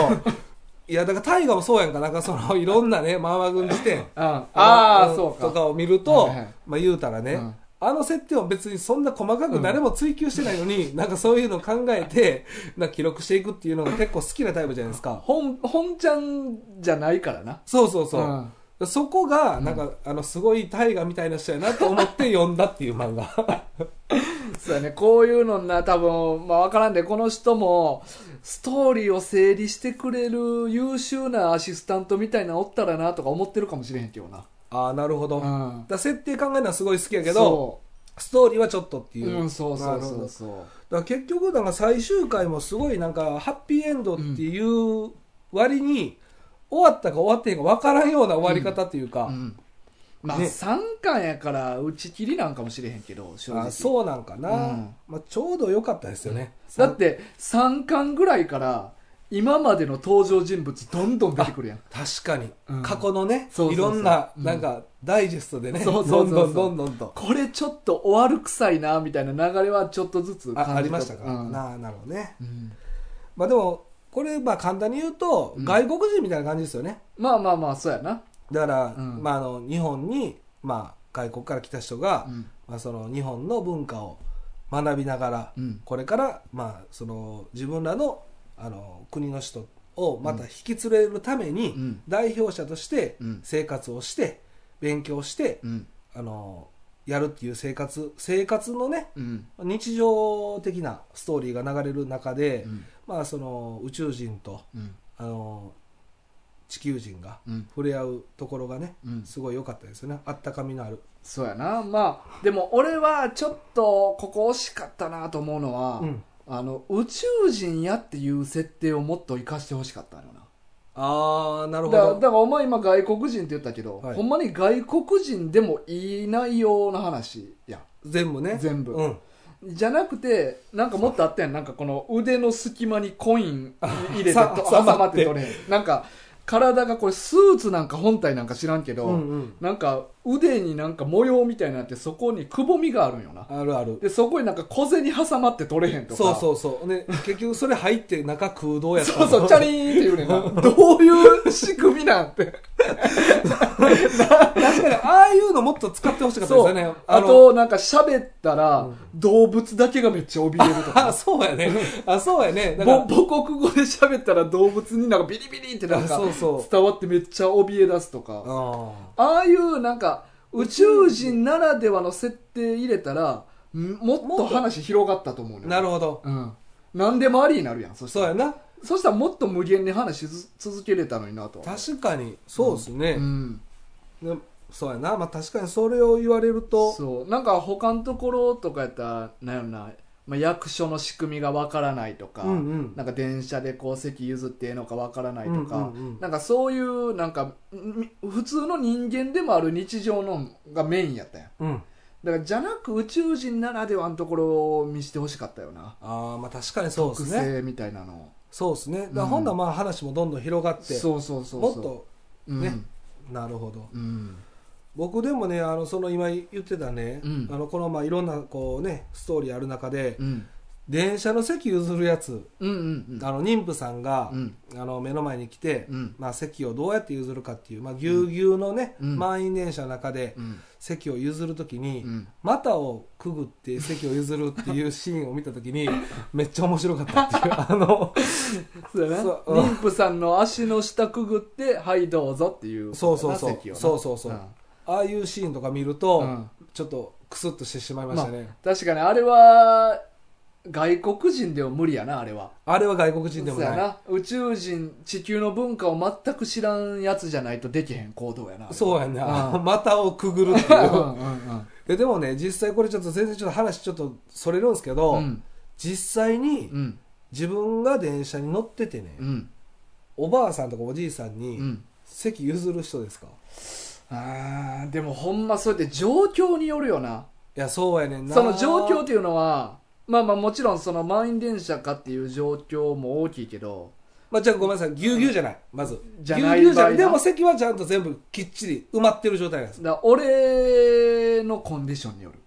Speaker 2: いやだから大河もそうやんかなんかそのいろんな
Speaker 1: [laughs]
Speaker 2: ね漫画軍事典
Speaker 1: ああー
Speaker 2: の
Speaker 1: そう
Speaker 2: と
Speaker 1: か
Speaker 2: かを見ると、
Speaker 1: はいはい
Speaker 2: まあ言うたらね、
Speaker 1: うん
Speaker 2: あの設定を別にそんな細かく誰も追求してないのに、なんかそういうのを考えて [laughs] なんか記録していくっていうのが結構好きなタイプじゃないですか
Speaker 1: 本本ちゃんじゃないからな
Speaker 2: そうそうそう、
Speaker 1: ん
Speaker 2: そこがなんか、あのすごい大河みたいな人やなと思って読んだっていう
Speaker 1: [laughs]
Speaker 2: 漫画
Speaker 1: そうやねこういうのな多分まあ分からんでこの人もストーリーを整理してくれる優秀なアシスタントみたいなのおったらなとか思ってるかもしれへんけどな
Speaker 2: ああなるほど、
Speaker 1: う
Speaker 2: だか
Speaker 1: ん
Speaker 2: ら設定考えるのはすごい好きやけど
Speaker 1: そ
Speaker 2: ストーリーはちょっとって
Speaker 1: う
Speaker 2: いう、
Speaker 1: うんそうそ
Speaker 2: なる
Speaker 1: う
Speaker 2: ほど
Speaker 1: そうそ
Speaker 2: だから結局なんか最終回もすごいなんかハッピーエンドっていう割に終わったか終わってへんか分からんような終わり方というか、
Speaker 1: ううんまあ
Speaker 2: ね
Speaker 1: 3巻やから打ち切りなんかもしれへんけど正
Speaker 2: あ
Speaker 1: 直
Speaker 2: そうなんかな、
Speaker 1: うん
Speaker 2: まあ、ちょうど良かったですよね、
Speaker 1: だって3巻ぐらいから今までの登場人物どんどん出てくるやん
Speaker 2: 確かに、
Speaker 1: うん
Speaker 2: 過去のね
Speaker 1: そうそうそう
Speaker 2: いろんな
Speaker 1: うん
Speaker 2: なんか、ダイジェストでね
Speaker 1: そうそうそうそう
Speaker 2: どんどんどんどんと
Speaker 1: これちょっと終わる臭いなみたいな流れはちょっとずつ感じ
Speaker 2: あありましたか、
Speaker 1: うん
Speaker 2: なあなるほどね
Speaker 1: うん
Speaker 2: まあでもこれまあ簡単に言うと、
Speaker 1: うん
Speaker 2: 外国人みたいな感じですよね
Speaker 1: まあまあまあそうやな、
Speaker 2: だから、
Speaker 1: うん
Speaker 2: まあ、あの日本に、まあ、外国から来た人が、
Speaker 1: うん
Speaker 2: まあ、その日本の文化を学びながら、
Speaker 1: うん
Speaker 2: これから、まあ、その自分らのあの国の人をまた引き連れるために、
Speaker 1: うん
Speaker 2: 代表者として
Speaker 1: うん
Speaker 2: 生活をして勉強して、
Speaker 1: うん
Speaker 2: あのやるっていう生活生活のね
Speaker 1: うん
Speaker 2: 日常的なストーリーが流れる中で、
Speaker 1: うん
Speaker 2: まあ、その宇宙人と
Speaker 1: うん
Speaker 2: あの地球人が
Speaker 1: うん
Speaker 2: 触れ合うところがね、
Speaker 1: うん
Speaker 2: すごい良かったですよねあったかみのある、
Speaker 1: そうやなまあでも俺はちょっとここ惜しかったなと思うのは、
Speaker 2: うん
Speaker 1: あの宇宙人やっていう設定をもっと生かしてほしかったのよな
Speaker 2: ああな
Speaker 1: だ
Speaker 2: るほ
Speaker 1: からだ
Speaker 2: ど
Speaker 1: からお前今外国人って言ったけど、
Speaker 2: はい
Speaker 1: ほんまに外国人でもいないような話や
Speaker 2: 全部ね
Speaker 1: 全部
Speaker 2: うん、
Speaker 1: じゃなくてなんかもっとあったやんなんかこの腕の隙間にコイン入れて
Speaker 2: [laughs] さ
Speaker 1: と
Speaker 2: さ
Speaker 1: 挟まって取れへんなんか体がこれスーツなんか本体なんか知らんけど、
Speaker 2: うんうん
Speaker 1: なんか腕になんか模様みたいになってそこにくぼみがあるんよな
Speaker 2: あるある
Speaker 1: でそこになんか小銭挟まって取れへんとか
Speaker 2: そう
Speaker 1: う
Speaker 2: そうそうね結局それ入って中空洞やった
Speaker 1: そう
Speaker 2: [laughs]
Speaker 1: そうチャリーンって言うねんなどういう仕組みなん
Speaker 2: [laughs]
Speaker 1: て
Speaker 2: 確かにああいうのもっと使ってほしかったですよね
Speaker 1: あ
Speaker 2: の
Speaker 1: となんか喋ったら
Speaker 2: うん
Speaker 1: 動物だけがめっちゃ怯えると
Speaker 2: あ
Speaker 1: か
Speaker 2: そうやねあそうやねだか
Speaker 1: ぼ
Speaker 2: ら
Speaker 1: 母国語で喋ったら動物になんかビリビリってなんか
Speaker 2: あそうそう
Speaker 1: 伝わってめっちゃ怯え出すと
Speaker 2: あ
Speaker 1: か
Speaker 2: ー
Speaker 1: ああいうなんか宇宙人ならではの設定入れたらんもっと話広がったと思うね
Speaker 2: なるほど
Speaker 1: うん何でもありになるやんそした
Speaker 2: そう
Speaker 1: ら
Speaker 2: やな
Speaker 1: そしたらもっと無限に話しず続けれたのになとは
Speaker 2: 確かにそうです
Speaker 1: う
Speaker 2: ね、
Speaker 1: ん
Speaker 2: でそうやなまあ確かにそれを言われると
Speaker 1: そうなんか他のところとかやったらなんやろな、まあ、役所の仕組みがわからないとか、
Speaker 2: うんうん
Speaker 1: なんか電車でこう席譲ってええのかわからないとか、
Speaker 2: うんうんうん
Speaker 1: なんかそういうなんかみ普通の人間でもある日常のがメインやったやん
Speaker 2: うん
Speaker 1: だからじゃなく宇宙人ならではのところを見せてほしかったよな
Speaker 2: ああまあ確かにそうです
Speaker 1: 特
Speaker 2: ね
Speaker 1: 性みたいなの
Speaker 2: そうですねだか
Speaker 1: う
Speaker 2: ら
Speaker 1: ん
Speaker 2: ほんならまあ話もどんどん広がって、
Speaker 1: そうそうそうそう
Speaker 2: もっと
Speaker 1: うん
Speaker 2: ねなるほど
Speaker 1: うん
Speaker 2: 僕でもねあのその今言ってたね、
Speaker 1: うん
Speaker 2: あのこのまあいろんなこうねストーリーある中で、
Speaker 1: うん
Speaker 2: 電車の席譲るやつ、
Speaker 1: うんうん
Speaker 2: あの妊婦さんが、
Speaker 1: うん
Speaker 2: あの目の前に来て、
Speaker 1: うん
Speaker 2: まあ、席をどうやって譲るかっていう、まあ、ぎゅうぎゅうのね、
Speaker 1: うん
Speaker 2: 満員電車の中で
Speaker 1: うん
Speaker 2: 席を譲るときに、
Speaker 1: うん
Speaker 2: 股をくぐって席を譲るっていうシーンを見たときに [laughs] めっちゃ面白かったっていうあの
Speaker 1: そうやな
Speaker 2: そう
Speaker 1: 妊婦さんの足の下くぐって「はいどうぞ」っていう
Speaker 2: そうそうそう
Speaker 1: 席をな
Speaker 2: そうそうそう、
Speaker 1: ん
Speaker 2: ああいうシーンとか見ると、
Speaker 1: うん
Speaker 2: ちょっとクスッとしてしまいましたね、
Speaker 1: 確かにあれは外国人でも無理やなあれは
Speaker 2: あ、れは外国人でも
Speaker 1: そうや
Speaker 2: ない
Speaker 1: な宇宙人地球の文化を全く知らんやつじゃないとできへん行動やな
Speaker 2: そうやな、
Speaker 1: う
Speaker 2: [laughs] 股をくぐるって
Speaker 1: う
Speaker 2: い
Speaker 1: んう
Speaker 2: うん
Speaker 1: うん
Speaker 2: [laughs] ででもね実際これちょっと全然ちょっと話ちょっとそれるんですけど、
Speaker 1: うん
Speaker 2: 実際に
Speaker 1: うん
Speaker 2: 自分が電車に乗っててね、
Speaker 1: うん
Speaker 2: おばあさんとかおじいさん
Speaker 1: う
Speaker 2: に
Speaker 1: ん
Speaker 2: 席譲る人ですか、
Speaker 1: あーでもほんまそれって状況によるよない
Speaker 2: やそうやねんな
Speaker 1: その状況っていうのはまあまあもちろんその満員電車かっていう状況も大きいけど
Speaker 2: まあ、じゃあごめんなさいぎゅうぎゅうじゃないまず
Speaker 1: じゃない
Speaker 2: ぎゅうぎゅうじゃ
Speaker 1: 場
Speaker 2: な
Speaker 1: 合
Speaker 2: い
Speaker 1: な
Speaker 2: でも席はちゃんと全部きっちり埋まってる状態なんです
Speaker 1: だから俺のコンディションによる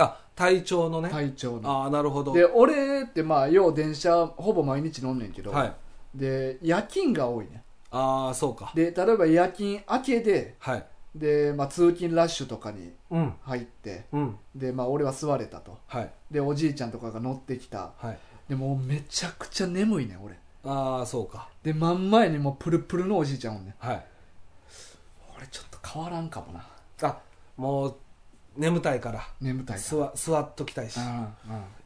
Speaker 2: あ体調のね、
Speaker 1: 体調の
Speaker 2: ああなるほど
Speaker 1: で俺ってまあよう電車ほぼ毎日乗んねんけど、
Speaker 2: はい
Speaker 1: で夜勤が多いね
Speaker 2: ああそうか
Speaker 1: で例えば夜勤明けで
Speaker 2: はい
Speaker 1: で、まあ、通勤ラッシュとかに
Speaker 2: うん
Speaker 1: 入って
Speaker 2: うん
Speaker 1: で、まあ、俺は座れたと
Speaker 2: はい
Speaker 1: でおじいちゃんとかが乗ってきた
Speaker 2: はい
Speaker 1: でもうめちゃくちゃ眠いねん俺
Speaker 2: ああそうか
Speaker 1: で真ん前にもうプルプルのおじいちゃんおんねん
Speaker 2: はい
Speaker 1: 俺ちょっと変わらんかもな
Speaker 2: あもう眠たいから
Speaker 1: 眠たいか
Speaker 2: 座座っときたいし、
Speaker 1: ら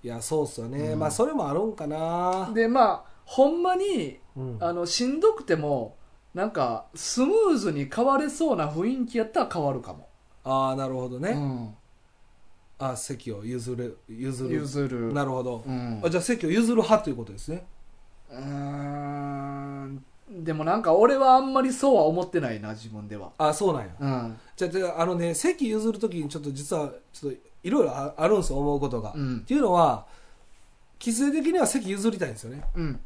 Speaker 2: いやそうっすよね、
Speaker 1: うん
Speaker 2: まあそれもあるんか
Speaker 1: う、
Speaker 2: なん
Speaker 1: でまあほんまに
Speaker 2: うん
Speaker 1: あのしんどくてもなんかスムーズに変われそうな雰囲気やったら変わるかも、
Speaker 2: ああなるほどね、
Speaker 1: うん、
Speaker 2: あ席を譲る譲る
Speaker 1: 譲る
Speaker 2: なるほど、
Speaker 1: うん
Speaker 2: あじゃあ席を譲る派ということですね
Speaker 1: うーんでもなんか俺はあんまりそうは思ってないな自分では
Speaker 2: あそうなんや、
Speaker 1: うん
Speaker 2: じゃあじゃああのね席譲るときにちょっと実はちょっといろいろああるんですよ思うことが、
Speaker 1: うん
Speaker 2: っていうのは規制的には席譲りたいんですよね
Speaker 1: うん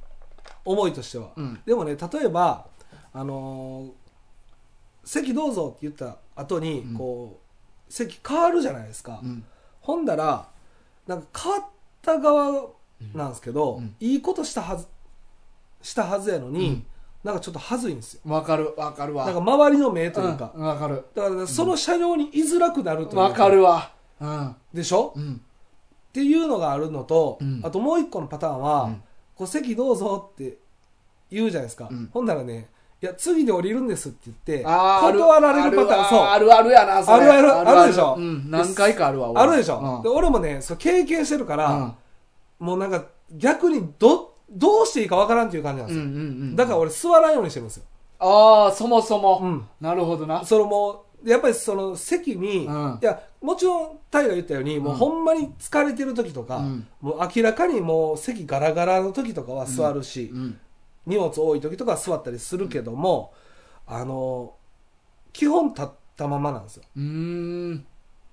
Speaker 2: 思いとしては、
Speaker 1: うん
Speaker 2: でもね例えば、あのー席どうぞ」って言った後に、
Speaker 1: うん
Speaker 2: こう席変わるじゃないですか、
Speaker 1: うん
Speaker 2: ほんだらなんか変わった側なんですけど、
Speaker 1: うんうん
Speaker 2: いいことしたはずしたはずやのに、
Speaker 1: うん
Speaker 2: なんかちょっと恥ずいんですよ
Speaker 1: わかるわかるわ
Speaker 2: なんか周りの目というか、
Speaker 1: うんわかる
Speaker 2: だからね、その車両に居づらくなるという
Speaker 1: わかるわうん
Speaker 2: でしょ
Speaker 1: うん
Speaker 2: っていうのがあるのと、
Speaker 1: うん
Speaker 2: あともう一個のパターンは、
Speaker 1: うん
Speaker 2: こう席どうぞって言うじゃないですか、
Speaker 1: うん
Speaker 2: ほんならねいや次で降りるんですって言って
Speaker 1: あーある
Speaker 2: 断られるパターンそう
Speaker 1: あるあるやなそれ
Speaker 2: あるあるあるでしょ
Speaker 1: うん何回かあるわ俺
Speaker 2: あるでしょ、
Speaker 1: うん
Speaker 2: で俺もねそう経験してるから、
Speaker 1: う
Speaker 2: もうなんか逆にどどうしていいかわからんっていう感じなんで
Speaker 1: ん
Speaker 2: す
Speaker 1: うんう
Speaker 2: よ、
Speaker 1: んうん
Speaker 2: だから俺座らんようにしてるんですよ、
Speaker 1: ああそもそも
Speaker 2: うん
Speaker 1: なるほどな
Speaker 2: そのもうやっぱりその席に、
Speaker 1: うん
Speaker 2: いやもちろんタイが言ったように、もうほんまに疲れてる時とか、
Speaker 1: うん
Speaker 2: もう明らかにもう席ガラガラの時とかは座るし、
Speaker 1: うん
Speaker 2: 荷物多い時とかは座ったりするけども、あの基本立ったままなんですよ
Speaker 1: うーん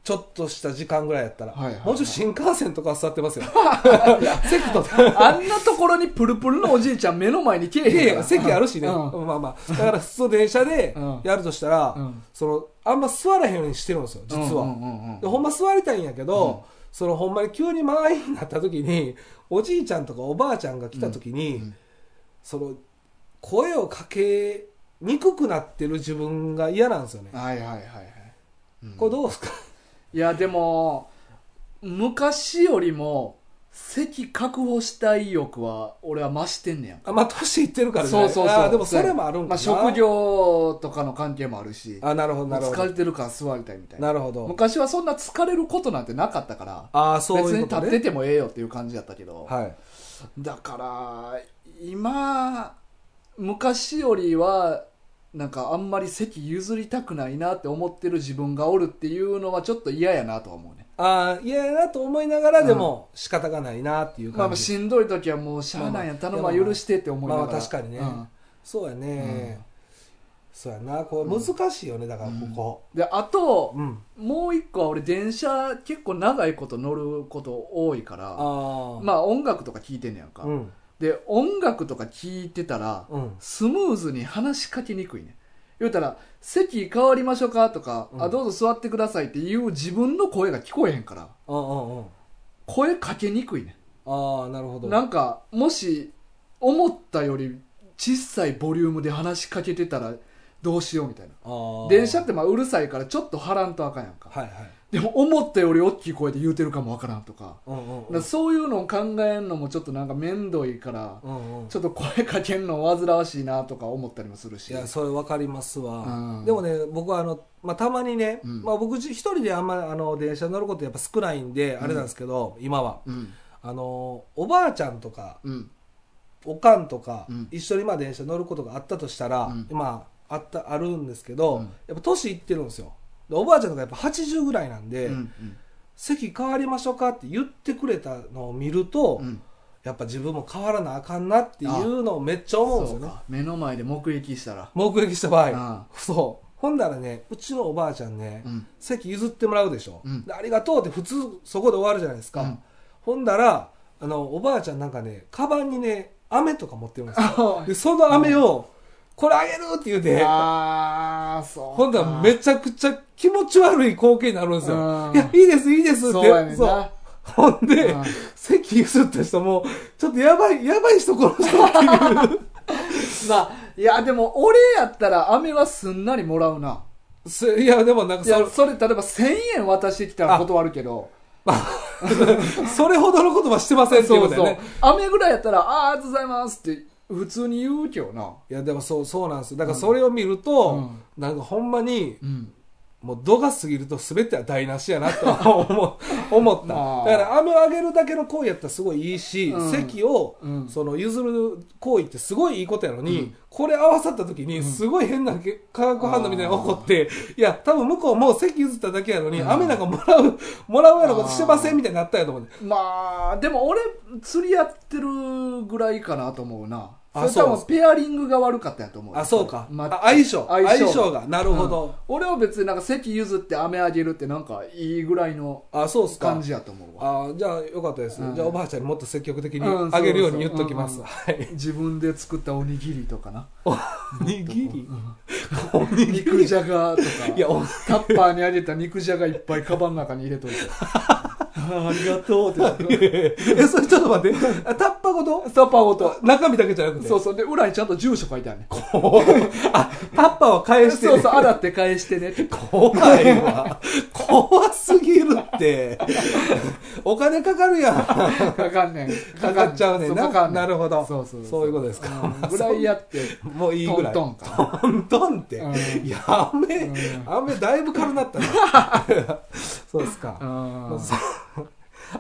Speaker 2: ちょっとした時間ぐらいやったら、
Speaker 1: はいはいはい
Speaker 2: もうちょっと新幹線とかは座ってま
Speaker 1: [laughs]
Speaker 2: すよ席と
Speaker 1: あんなところにプルプルのおじいちゃん目の前に来え
Speaker 2: いやい
Speaker 1: へんか
Speaker 2: や
Speaker 1: ら
Speaker 2: 席あるしね、
Speaker 1: う
Speaker 2: まあまあだから普通電車で
Speaker 1: うん
Speaker 2: やるとしたら、
Speaker 1: うん
Speaker 2: そのあんま座らへんようにしてるんですよ実は、
Speaker 1: うんうんうんうん
Speaker 2: でほんま座りたいんやけど、そのほんまに急に満員になった時におじいちゃんとかおばあちゃんが来た時に、
Speaker 1: ん
Speaker 2: その声をかけにくくなってる自分が嫌なんですよね、
Speaker 1: はいはいはいはい
Speaker 2: これどうですか [laughs]
Speaker 1: いやでも昔よりも席確保したい欲は俺は増してんねやん
Speaker 2: あまあ年いってるからね
Speaker 1: そうそう
Speaker 2: あ
Speaker 1: そ
Speaker 2: ー
Speaker 1: う
Speaker 2: でもそれもあるんかな、
Speaker 1: まあ、職業とかの関係もあるし
Speaker 2: あなるほどなるほ
Speaker 1: 疲れ
Speaker 2: ど
Speaker 1: てるから座りたいみたいな
Speaker 2: なるほど
Speaker 1: 昔はそんな疲れることなんてなかったから
Speaker 2: ああそう
Speaker 1: 別
Speaker 2: い
Speaker 1: に
Speaker 2: うこと
Speaker 1: 立っ
Speaker 2: ね
Speaker 1: ててもええよっていう感じだったけど、
Speaker 2: はい
Speaker 1: だから今昔よりはなんかあんまり席譲りたくないなって思ってる自分がおるっていうのはちょっと嫌やなとは思うね
Speaker 2: ああ嫌やなと思いながらでも仕方がないなっていう
Speaker 1: まあま
Speaker 2: 感
Speaker 1: あ
Speaker 2: じ、
Speaker 1: しんどい時はもうしゃあないやん
Speaker 2: まあ
Speaker 1: 頼
Speaker 2: まあ
Speaker 1: むわ許してって思いながら、
Speaker 2: まあまあ確かにね
Speaker 1: うん
Speaker 2: そうやね、そうやなこれ難しいよねだからこ
Speaker 1: であ
Speaker 2: ことうん、
Speaker 1: もう一個は俺電車結構長いこと乗ること多いから
Speaker 2: ああ
Speaker 1: まあ音楽とか聴いてんねやんか、
Speaker 2: うん
Speaker 1: で音楽とか聴いてたら
Speaker 2: うん
Speaker 1: スムーズに話しかけにくいね言うたら「席変わりましょうか」とか、
Speaker 2: うん
Speaker 1: あ「どうぞ座ってください」っていう自分の声が聞こえへんから
Speaker 2: うんうんうん
Speaker 1: 声かけにくいね
Speaker 2: ああなるほど
Speaker 1: なんかもし思ったより小さいボリュームで話しかけてたらどうしようみたいな
Speaker 2: あー
Speaker 1: 電車ってまあうるさいからちょっとはらんとあかんやんか、
Speaker 2: はいはい
Speaker 1: でも思ったより大きい声で言うてるかもわからんとか,、
Speaker 2: うんうんう
Speaker 1: だから
Speaker 2: ん
Speaker 1: そういうのを考えるのもちょっとなんか面倒いから、
Speaker 2: うんうん
Speaker 1: ちょっと声かけんの煩わしいなとか思ったりもするし
Speaker 2: いやそれ分かりますわ、
Speaker 1: うん
Speaker 2: でもね僕はあの、まあ、たまにね、
Speaker 1: うん
Speaker 2: まあ、僕じ一人であんまあの電車乗ることやっぱ少ないんであれなんですけど、今は
Speaker 1: うん
Speaker 2: あのおばあちゃんとか
Speaker 1: うん
Speaker 2: おかんとか、
Speaker 1: うん
Speaker 2: 一緒にまあ電車乗ることがあったとしたら、
Speaker 1: うん
Speaker 2: まああったあるんですけど、
Speaker 1: うん
Speaker 2: やっぱ年いってるんですよでおばあちゃんとかやっぱ80ぐらいなんで、
Speaker 1: うんうん
Speaker 2: 席変わりましょうかって言ってくれたのを見ると、
Speaker 1: うん
Speaker 2: やっぱ自分も変わらなあかんなっていうのをめっちゃ思うんです
Speaker 1: そう
Speaker 2: よね
Speaker 1: か目の前で目撃した
Speaker 2: [laughs]
Speaker 1: ら
Speaker 2: 目撃した場合、
Speaker 1: あ
Speaker 2: そうほんだらねうちのおばあちゃんね、
Speaker 1: うん
Speaker 2: 席譲ってもらうでしょ、
Speaker 1: うん
Speaker 2: でありがとうって普通そこで終わるじゃないですか、
Speaker 1: うん
Speaker 2: ほんだらあのおばあちゃんなんかねカバンにね飴とか持ってるんですよ
Speaker 1: あ
Speaker 2: でその飴を、これあげるって言うて、
Speaker 1: あーそう
Speaker 2: ほんだらめちゃくちゃ気持ち悪い光景になるんです
Speaker 1: う
Speaker 2: よ。
Speaker 1: ん
Speaker 2: いや、いいです、いいですって。
Speaker 1: そうやねん
Speaker 2: そう
Speaker 1: な
Speaker 2: [laughs] ほんで
Speaker 1: うん、
Speaker 2: 席譲った人も、ちょっとやばい、やばい人殺したってい
Speaker 1: まあいやでも俺やったら飴はすんなりもらうな
Speaker 2: う [laughs] す。いや、でもなんか
Speaker 1: い
Speaker 2: そ
Speaker 1: やそれ例えば1000円渡してきたら断るけど
Speaker 2: れ、 [laughs] それほどのことはしてませんっていう
Speaker 1: そ
Speaker 2: こ
Speaker 1: う
Speaker 2: と
Speaker 1: そ
Speaker 2: だ
Speaker 1: う
Speaker 2: よね。
Speaker 1: 飴ぐらいやったらあーありがとうございますって普通に言うけどない
Speaker 2: や、でもそう、そうなんですよ。だからそれを見ると、なんかほんまに、
Speaker 1: うん
Speaker 2: もう度が過ぎると全ては台無しやなと
Speaker 1: [laughs]
Speaker 2: は思う思った。
Speaker 1: まあ
Speaker 2: だから飴をあげるだけの行為やったらすごいいいし、
Speaker 1: うん
Speaker 2: 席を、
Speaker 1: うん
Speaker 2: その譲る行為ってすごいいいことやのに、
Speaker 1: うん
Speaker 2: これ合わさった時にすごい変なけ化学反応みたいなのが起こって、いや、多分向こうもう席譲っただけやのに、
Speaker 1: うん
Speaker 2: 飴なんかもらう、もらうようなことしてませんみたいになったんやと思うね。
Speaker 1: まあでも俺釣りやってるぐらいかなと思うな
Speaker 2: あ
Speaker 1: それ多
Speaker 2: そう
Speaker 1: 分ペアリングが悪かったんやと思う
Speaker 2: あそうか、
Speaker 1: ま
Speaker 2: あ相
Speaker 1: 相
Speaker 2: 性
Speaker 1: 性
Speaker 2: 相性がなるほど、
Speaker 1: 俺は別になんか席譲って飴あげるってなんかいいぐらいの
Speaker 2: あそうっすか
Speaker 1: 感じやと思うわ
Speaker 2: あじゃあよかったです、
Speaker 1: うん
Speaker 2: じゃあおばあちゃんにもっと積極的に
Speaker 1: うん
Speaker 2: あげるように言っときます、
Speaker 1: そう
Speaker 2: はい
Speaker 1: 自分で作ったおにぎりとかな
Speaker 2: おにぎり [laughs] おにぎ
Speaker 1: 肉
Speaker 2: り
Speaker 1: じゃがとか
Speaker 2: いやお
Speaker 1: タッパーにあげた肉じゃがいっぱいカバンの中に入れ
Speaker 2: [laughs]
Speaker 1: といてあありがとうって言って
Speaker 2: えそれちょっと待ってあタッパごと
Speaker 1: タッパーごと
Speaker 2: 中身だけじゃなくて
Speaker 1: そうそうで裏にちゃんと住所書いてあるね
Speaker 2: あタッパーは返して
Speaker 1: そうそう洗って返してね
Speaker 2: [laughs]
Speaker 1: って
Speaker 2: 怖いわ [laughs] 怖すぎるってお金かかるやん
Speaker 1: かかんねん
Speaker 2: かかっちゃうねん
Speaker 1: そ
Speaker 2: な
Speaker 1: かかんねん
Speaker 2: なるほど
Speaker 1: そうそう
Speaker 2: [laughs] そういうことですか
Speaker 1: うんぐらいやって
Speaker 2: もういい
Speaker 1: ト
Speaker 2: ぐ
Speaker 1: ン
Speaker 2: らい
Speaker 1: トンか
Speaker 2: トントンって、
Speaker 1: うん
Speaker 2: やめ、
Speaker 1: うん
Speaker 2: 雨だいぶ軽なった [laughs] なそうですか、
Speaker 1: うん
Speaker 2: さ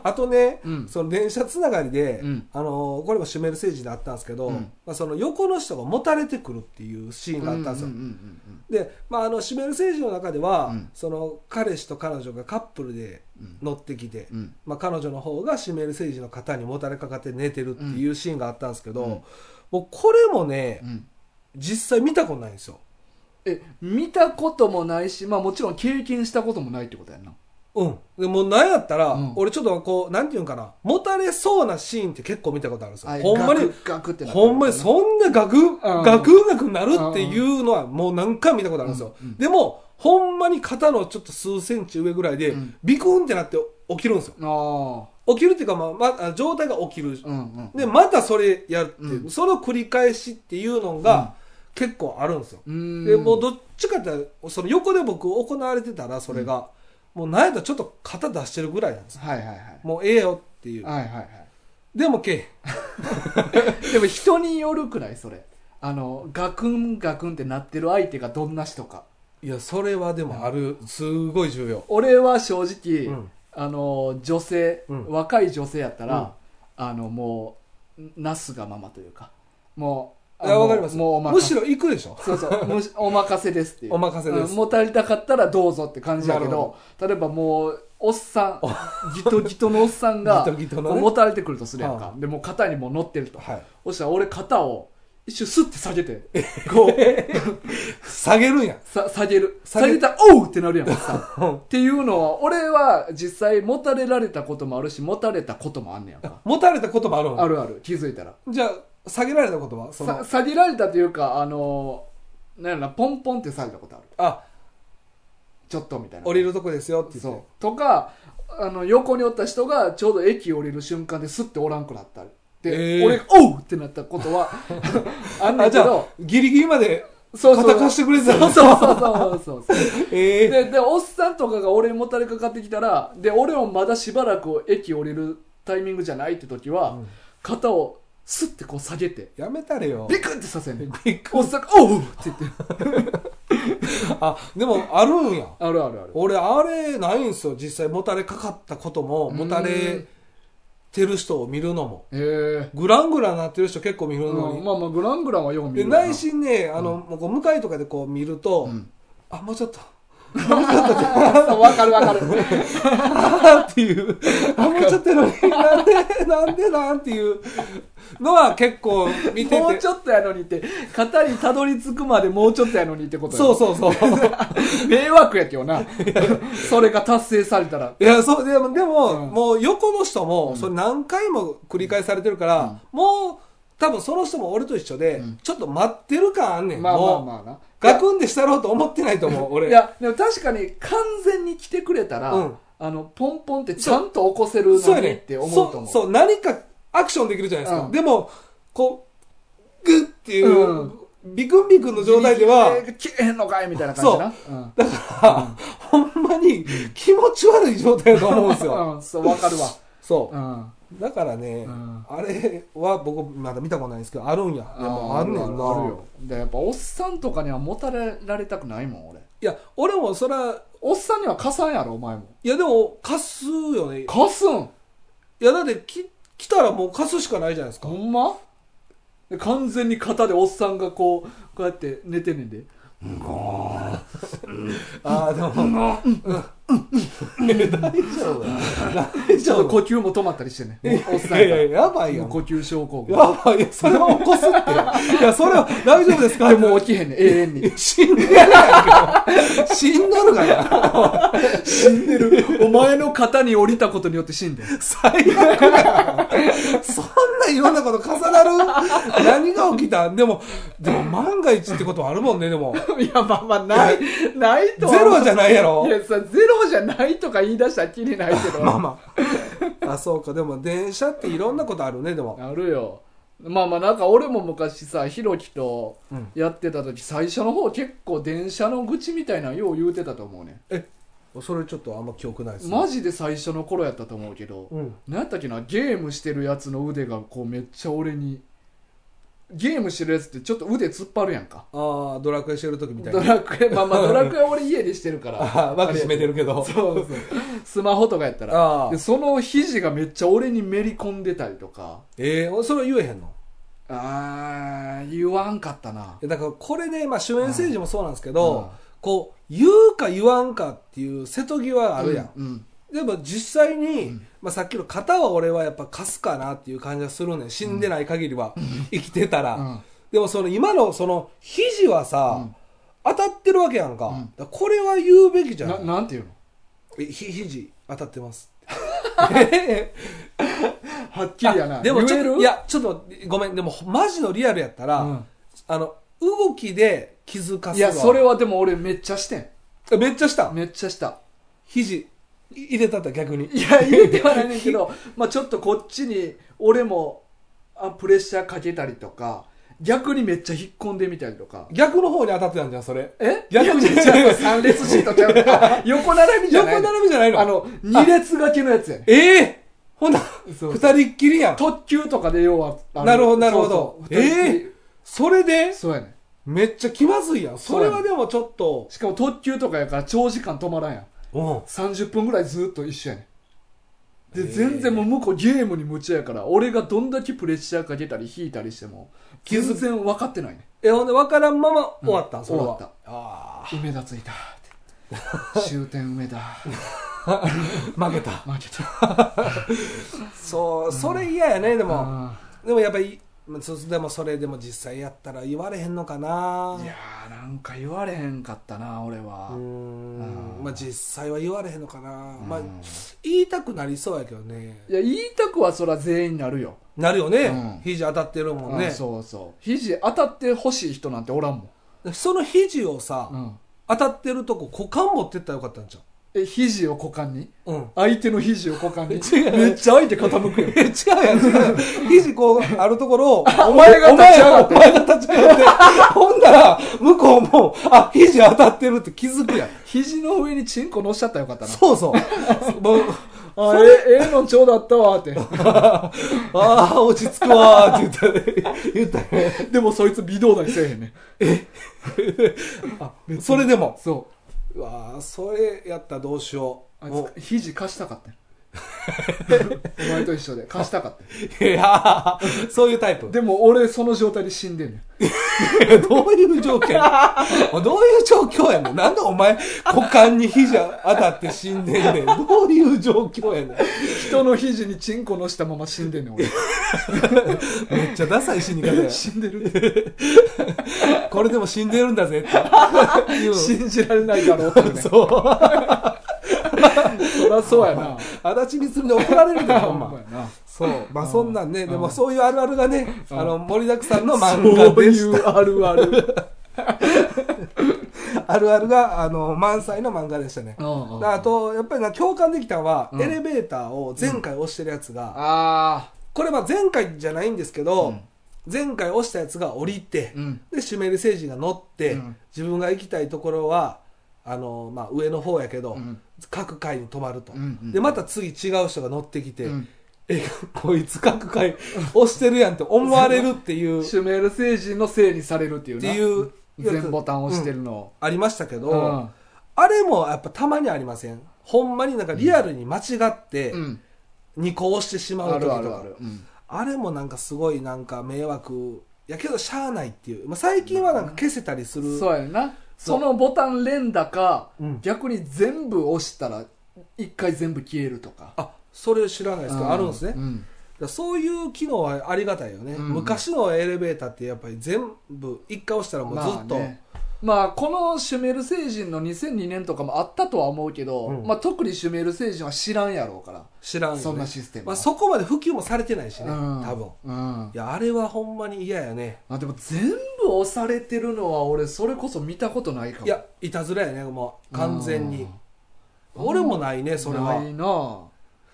Speaker 2: あとね、
Speaker 1: うん
Speaker 2: その電車つながりで、
Speaker 1: うん
Speaker 2: あのーこれもシュメール星人であったんですけど、
Speaker 1: うん
Speaker 2: まあ、その横の人がもたれてくるっていうシーンがあったんですよ、
Speaker 1: うんうんうん
Speaker 2: で、まあ、あのシュメール星人の中では、
Speaker 1: うん
Speaker 2: その彼氏と彼女がカップルで乗ってきて、
Speaker 1: うんうん
Speaker 2: まあ、彼女の方がシュメール星人の方にもたれかかって寝てるっていうシーンがあったんですけど、
Speaker 1: うん
Speaker 2: もうこれもね、
Speaker 1: うん
Speaker 2: 実際見たことないんですよ
Speaker 1: え見たこともないしまあもちろん経験したこともないってことやんな
Speaker 2: うん。でもうなんやったら、
Speaker 1: うん
Speaker 2: 俺ちょっとこう、なんていうんかな、もたれそうなシーンって結構見たことあるんですよ。
Speaker 1: あ
Speaker 2: ほんま
Speaker 1: ガ
Speaker 2: に
Speaker 1: ク、ガクってなってる
Speaker 2: ほんまにそんなガク、ガクガクなるっていうのはもう何回も見たことあるんですよ。
Speaker 1: うんうん
Speaker 2: でも、ほんまに肩のちょっと数センチ上ぐらいで、
Speaker 1: うん
Speaker 2: ビクンってなって起きるんですよ。
Speaker 1: あ
Speaker 2: 起きるっていうか、まあ、まあ、状態が起きる。
Speaker 1: あうんうん
Speaker 2: で、またそれやって、
Speaker 1: うん
Speaker 2: その繰り返しっていうのが結構あるんですよ。
Speaker 1: うん
Speaker 2: でもうどっちかって言ったらその横で僕行われてたらそれが、もうなんやったらちょっと肩出してるぐらいなんですよ
Speaker 1: はいはいはい
Speaker 2: もうええよっていう
Speaker 1: はいはいはい
Speaker 2: でもけ
Speaker 1: でも人によるくないそれあのガクンガクンってなってる相手がどんな人か
Speaker 2: いやそれはでもあるすごい重要
Speaker 1: 俺は正直、
Speaker 2: うん
Speaker 1: あの女性、
Speaker 2: うん
Speaker 1: 若い女性やったら、あのもうなすがままというかもう
Speaker 2: い
Speaker 1: あ
Speaker 2: や
Speaker 1: の
Speaker 2: わかります
Speaker 1: もうお任
Speaker 2: むし
Speaker 1: せ
Speaker 2: ろ行くでしょ
Speaker 1: そうそうむしお任せですっていう
Speaker 2: お任せです
Speaker 1: うんもたりたかったらどうぞって感じやけど
Speaker 2: なるほ
Speaker 1: 例えばもうおっさんギトギトのおっさんが
Speaker 2: [laughs] ギトギトのね
Speaker 1: こうもたれてくるとするやんか、
Speaker 2: は
Speaker 1: でもう肩にもう乗ってると、
Speaker 2: はい
Speaker 1: そしたら俺肩を一瞬スッて下げてこう
Speaker 2: 下げるんや
Speaker 1: さ下げる
Speaker 2: 下げ
Speaker 1: 下げたら「おう!」ってなるやんさ
Speaker 2: うん
Speaker 1: っていうのは俺は実際もたれられたこともあるしもたれたこともあんねやんか
Speaker 2: 持たれたこともあるん
Speaker 1: あるある気づいたら
Speaker 2: じゃあ下げられたことはそ
Speaker 1: さ
Speaker 2: の
Speaker 1: 下げられたというかあのーなんやろなポンポンって下げたことある
Speaker 2: あ
Speaker 1: ちょっとみたいな
Speaker 2: 降りるとこですよって言っ
Speaker 1: そ
Speaker 2: て
Speaker 1: うとかあの横におった人がちょうど駅降りる瞬間でスッておらんくなったりで、
Speaker 2: えー
Speaker 1: 俺が「おう!」ってなったこと [laughs] はあんね
Speaker 2: あ
Speaker 1: んけ
Speaker 2: じゃあ
Speaker 1: ど
Speaker 2: ギリギリまで
Speaker 1: そうそう
Speaker 2: 肩貸してくれてた
Speaker 1: そうそうそうそうそう
Speaker 2: [laughs] ええ
Speaker 1: ででおっさんとかが俺にもたれかかってきたらで俺もまだしばらく駅降りるタイミングじゃないって時は、
Speaker 2: うん
Speaker 1: 肩をスッてこう下げて
Speaker 2: やめたれよ
Speaker 1: ビクンってさせんねん
Speaker 2: びっく
Speaker 1: おっさんが「おう!」って言って
Speaker 2: あでもあるんや
Speaker 1: あるあるある
Speaker 2: 俺あれないんすよ実際もたれかかったことも
Speaker 1: うん
Speaker 2: もたれてる人を見るのも
Speaker 1: え
Speaker 2: グラングランなってる人結構見る
Speaker 1: え
Speaker 2: のに、
Speaker 1: まあまあグラングランはよう見
Speaker 2: で
Speaker 1: るわ
Speaker 2: 内心ねあの、もうこう向かいとかでこう見ると、
Speaker 1: うん
Speaker 2: あもうちょっと
Speaker 1: そうわかるわ [laughs] かる
Speaker 2: あーっていうあもうちょっとやのになんでなんでなんっていうのは結構見てて
Speaker 1: もうちょっとやのにって肩にたどり着くまでもうちょっとやのにってことや
Speaker 2: そうそうそう
Speaker 1: 迷惑やけどなそれが達成されたら
Speaker 2: [laughs] いやそうでもでも、
Speaker 1: うん
Speaker 2: もう横の人も、それ何回も繰り返されてるから、もう多分その人も俺と一緒で、
Speaker 1: うん
Speaker 2: ちょっと待ってる感あんねん、
Speaker 1: まあま
Speaker 2: も
Speaker 1: あ
Speaker 2: う
Speaker 1: まあな
Speaker 2: ガクンでしたろうと思ってないと思う、俺。
Speaker 1: いやでも確かに完全に来てくれたら、
Speaker 2: うん
Speaker 1: あのポンポンってちゃんと起こせる
Speaker 2: そう
Speaker 1: の
Speaker 2: や
Speaker 1: に
Speaker 2: ね
Speaker 1: って思うと思う
Speaker 2: そそう、何かアクションできるじゃないですか。
Speaker 1: うん
Speaker 2: でも、こう、グッっていう、
Speaker 1: うん
Speaker 2: ビクンビクンの状態では、
Speaker 1: 切れへんのかいみたいな感じな
Speaker 2: だから、ほんまに気持ち悪い状態だと思うんです
Speaker 1: う
Speaker 2: よ。
Speaker 1: ん、うん、そうわかるわ
Speaker 2: そうう。
Speaker 1: ん
Speaker 2: だからね、
Speaker 1: うん
Speaker 2: あれは僕まだ見たことないんですけど、あるんや。でもあんねんな。
Speaker 1: あるよでやっぱおっさんとかにはもたれられたくないもん俺
Speaker 2: いや、俺もそら、
Speaker 1: おっさんには貸さんやろお前も
Speaker 2: いやでも、貸すよね。い
Speaker 1: 貸すん
Speaker 2: や、だってき来たらもう貸すしかないじゃないですか
Speaker 1: ほ。んまで [laughs] 完全に肩でおっさんがこうこうやって寝てんねんで「う
Speaker 2: ああでも大丈夫大
Speaker 1: ちょっ
Speaker 2: 丈
Speaker 1: と呼
Speaker 2: 夫
Speaker 1: 吸も止まったりしてね
Speaker 2: い
Speaker 1: おっさん
Speaker 2: やい
Speaker 1: が
Speaker 2: ややばいや
Speaker 1: もうん呼吸症候群
Speaker 2: やばいやそれは起こ
Speaker 1: [laughs]
Speaker 2: すっていやそれは大丈夫ですか
Speaker 1: でもう起きへんねん永遠に
Speaker 2: 死ん
Speaker 1: [laughs]
Speaker 2: でるやんか死んどるがな
Speaker 1: 死んでるお前の肩に降りたことによって死んでる
Speaker 2: 最悪やんそんないろんなこと重なる何が起きたんでもでも万が一ってことはあるもんねでも
Speaker 1: [laughs] いやまあまあないない
Speaker 2: ゼ
Speaker 1: とは
Speaker 2: ロじゃないやろ
Speaker 1: いやさゼロじゃないとか言い出したらきりないけど
Speaker 2: まあまああそうかでも電車っていろんなことあるねでも
Speaker 1: あるよまあまあなんか俺も昔さひろきと
Speaker 2: うん
Speaker 1: やってた時、最初の方結構電車の愚痴みたいなのよう言うてたと思うね
Speaker 2: それちょっとあんま記憶ないですね
Speaker 1: マジで最初の頃やったと思うけど、
Speaker 2: うん
Speaker 1: なんやったっけなゲームしてるやつの腕がこうめっちゃ俺にゲームしてるやつってちょっと腕突っ張るやんか
Speaker 2: ああドラクエしてる時みたい
Speaker 1: ド
Speaker 2: な
Speaker 1: ラクエまあ
Speaker 2: [laughs]
Speaker 1: まあドラクエは俺家でしてるから
Speaker 2: ああ脇締めてるけど
Speaker 1: そうそうスマホとかやったら
Speaker 2: ああ
Speaker 1: でその肘がめっちゃ俺にめり込んでたりとか
Speaker 2: ええそれは言えへんの
Speaker 1: あー言わんかったない
Speaker 2: やだからこれね、まあ、主演政治もそうなんですけ
Speaker 1: うんうん
Speaker 2: ど、こう言うか言わんかっていう瀬戸際あるやん、
Speaker 1: うんうん
Speaker 2: でも実際に、まあ、さっきの型は俺はやっぱ貸すかなっていう感じがするねん死んでない限りは、生きてたら、
Speaker 1: うん
Speaker 2: でもその今のその肘はさ、
Speaker 1: うん
Speaker 2: 当たってるわけやんか,、
Speaker 1: うん
Speaker 2: だからこれは言うべきじゃ
Speaker 1: な
Speaker 2: ない
Speaker 1: なんていうの
Speaker 2: えひ肘当たってますえ
Speaker 1: はっきりや
Speaker 2: あ
Speaker 1: な
Speaker 2: でもち
Speaker 1: 言
Speaker 2: ょっ
Speaker 1: え
Speaker 2: と
Speaker 1: る
Speaker 2: いやちょっとごめんでもマジのリアルやったら、
Speaker 1: うん
Speaker 2: あの動きで気づか
Speaker 1: い
Speaker 2: すわ
Speaker 1: やそれはでも俺めっちゃしてん
Speaker 2: めっちゃした
Speaker 1: めっちゃした
Speaker 2: 肘い入れたった逆に
Speaker 1: いや言うてはないねんけど [laughs] まあちょっとこっちに俺もあプレッシャーかけたりとか逆にめっちゃ引っ込んでみたりとか
Speaker 2: 逆の方に当たってたんじゃんそれ
Speaker 1: え
Speaker 2: 逆に
Speaker 1: いや違う違う三列シートちゃう
Speaker 2: [laughs]
Speaker 1: あ横並びじゃ
Speaker 2: 横
Speaker 1: ない
Speaker 2: 並びじゃないの
Speaker 1: あの二列掛けのやつやね
Speaker 2: ええほんな
Speaker 1: そう
Speaker 2: 二人っきりやん
Speaker 1: 特急とかで要はあの
Speaker 2: なるほどなるほど
Speaker 1: そうそう二人っきり
Speaker 2: えそれで
Speaker 1: そうやねん
Speaker 2: めっちゃ気まずいやんそれはでもちょっと
Speaker 1: しかも特急とかやから長時間止まらんやん
Speaker 2: うん
Speaker 1: 30分ぐらいずっと一緒やねん
Speaker 2: へ
Speaker 1: で
Speaker 2: ー
Speaker 1: 全然もう向こうゲームに夢中やから俺がどんだけプレッシャーかけたり引いたりしても
Speaker 2: 気
Speaker 1: 全
Speaker 2: づく
Speaker 1: 然分かってないね
Speaker 2: えほんで分からんまま終わった、
Speaker 1: うん
Speaker 2: それは
Speaker 1: 終わった
Speaker 2: あ
Speaker 1: 梅田ついたって [laughs] 終点梅田
Speaker 2: あ [laughs] 負けた
Speaker 1: 負けた
Speaker 2: そうそれ嫌やねでも
Speaker 1: あ
Speaker 2: でもやっぱりまあそうでもそれでも実際やったら言われへんのかな
Speaker 1: ーいやーなんか言われへんかったな俺は
Speaker 2: うーん
Speaker 1: あー
Speaker 2: まあ実際は言われへんのかな、まあ
Speaker 1: うん
Speaker 2: 言いたくなりそうやけどね
Speaker 1: いや言いたくはそら全員なるよ、
Speaker 2: なるよね、
Speaker 1: うん
Speaker 2: 肘当たってるもん
Speaker 1: う
Speaker 2: ね
Speaker 1: んそうそう肘当たってほしい人なんておらんも
Speaker 2: その肘をさ、
Speaker 1: ん、うん、
Speaker 2: 当たってるとこ股間持ってったらよかったんじ
Speaker 1: え肘を股間に
Speaker 2: ゃんうん
Speaker 1: 相手の肘を股間 [laughs] に
Speaker 2: 違う
Speaker 1: めっちゃ相手傾くよ
Speaker 2: [laughs] え違うやん違うやん肘こう [laughs] あるところを
Speaker 1: [laughs] お前が
Speaker 2: お
Speaker 1: 立
Speaker 2: 前
Speaker 1: ち上が
Speaker 2: が
Speaker 1: っ
Speaker 2: お
Speaker 1: て
Speaker 2: 前が立ち上がって [laughs] ほんなら向こうもあ肘当たってるって気づくやん
Speaker 1: 肘の上にチンコ乗しちゃったらよかったな。
Speaker 2: そうそう [laughs] もう
Speaker 1: あえ、ええのちょうだったわって。
Speaker 2: ああ落ち着くわーって言ったね言ったね
Speaker 1: [laughs] でもそいつ微動だにせえへんね。
Speaker 2: それでも。
Speaker 1: そう
Speaker 2: わあそれやったらどうしよ
Speaker 1: う。
Speaker 2: う。
Speaker 1: あ
Speaker 2: も
Speaker 1: いつ肘貸したかったよお前と一緒で貸したかったよ
Speaker 2: ういやーそういうタイ
Speaker 1: [laughs]
Speaker 2: プ。
Speaker 1: でも俺その状態で死んでんねん。
Speaker 2: [laughs] どういう状況やねん [laughs] どういう状況やねん。なんでお前、股間に火じゃ当たって死んでんねん。どういう状況やねん。
Speaker 1: 人の肘にチンコ乗したまま死んでんねん俺。
Speaker 2: めっちゃダサい死に方や。
Speaker 1: 死んでるって
Speaker 2: [laughs] これでも死んでるんだぜって。言う
Speaker 1: 信じられないだろうってね。
Speaker 2: [laughs] そう。
Speaker 1: そらそうやな。
Speaker 2: 足立みつるに怒られるで、 [laughs] ほん
Speaker 1: ほんま
Speaker 2: ま。
Speaker 1: やな
Speaker 2: そう。まあそんなんね、
Speaker 1: ん
Speaker 2: で
Speaker 1: う
Speaker 2: も
Speaker 1: ん
Speaker 2: そういうあるあるがね、
Speaker 1: うん
Speaker 2: あの、盛りだくさんの漫画
Speaker 1: そう
Speaker 2: で
Speaker 1: い
Speaker 2: し
Speaker 1: うあるある。
Speaker 2: [laughs] た。あるあるが、あの、満載の漫画でしたね。
Speaker 1: うんうん
Speaker 2: あとやっぱりな共感できたのは、
Speaker 1: うん
Speaker 2: エレベーターを前回押してるやつが、
Speaker 1: あ
Speaker 2: これまあ前回じゃないんですけど、
Speaker 1: うん
Speaker 2: 前回押したやつが降りて、
Speaker 1: ー。うん。
Speaker 2: でシュメル星人が乗って、
Speaker 1: うん
Speaker 2: 自分が行きたいところはあの、まあ、上の方やけど、
Speaker 1: うん
Speaker 2: 各階に止まると、
Speaker 1: うんうん
Speaker 2: でまた次違う人が乗ってきて、
Speaker 1: うん
Speaker 2: [laughs] えこいつ各階押してるやんって思われるっていうっ
Speaker 1: [laughs] シュメール星人のせいにされるっていう
Speaker 2: て
Speaker 1: な。
Speaker 2: いうやつ
Speaker 1: 全ボタン押してるの。
Speaker 2: ありましたけど、
Speaker 1: うん
Speaker 2: あれもやっぱたまにありませんほんまになんかリアルに間違って、
Speaker 1: うん、
Speaker 2: 二個押してしまう
Speaker 1: あ
Speaker 2: 時
Speaker 1: る
Speaker 2: とか
Speaker 1: あ
Speaker 2: あ
Speaker 1: るある、
Speaker 2: れもなんかすごいなんか迷惑やけどしゃあないっていう、まあ、最近はなんか消せたりする
Speaker 1: そうやなそのボタン連打か、
Speaker 2: うん
Speaker 1: 逆に全部押したら一回全部消えるとか
Speaker 2: あそれ知らないですけど、あるんですね、
Speaker 1: う
Speaker 2: だからそういう機能はありがたいよね、
Speaker 1: うん
Speaker 2: 昔のエレベーターってやっぱり全部一回押したらもうずっと、
Speaker 1: まあねまあこのシュメール星人の2002年とかもあったとは思うけど、
Speaker 2: うん
Speaker 1: まあ、特にシュメール星人は知らんやろうから、
Speaker 2: 知らんよ、ね、
Speaker 1: そんなシステム
Speaker 2: ま
Speaker 1: は
Speaker 2: あ、そこまで普及もされてないしね、
Speaker 1: うん
Speaker 2: 多分い
Speaker 1: うん
Speaker 2: やあれはほんまに嫌やね
Speaker 1: あでも全部押されてるのは俺それこそ見たことないかも
Speaker 2: いやいたずらやねもう完全に、
Speaker 1: うん
Speaker 2: 俺もないねそれは、
Speaker 1: ないなあ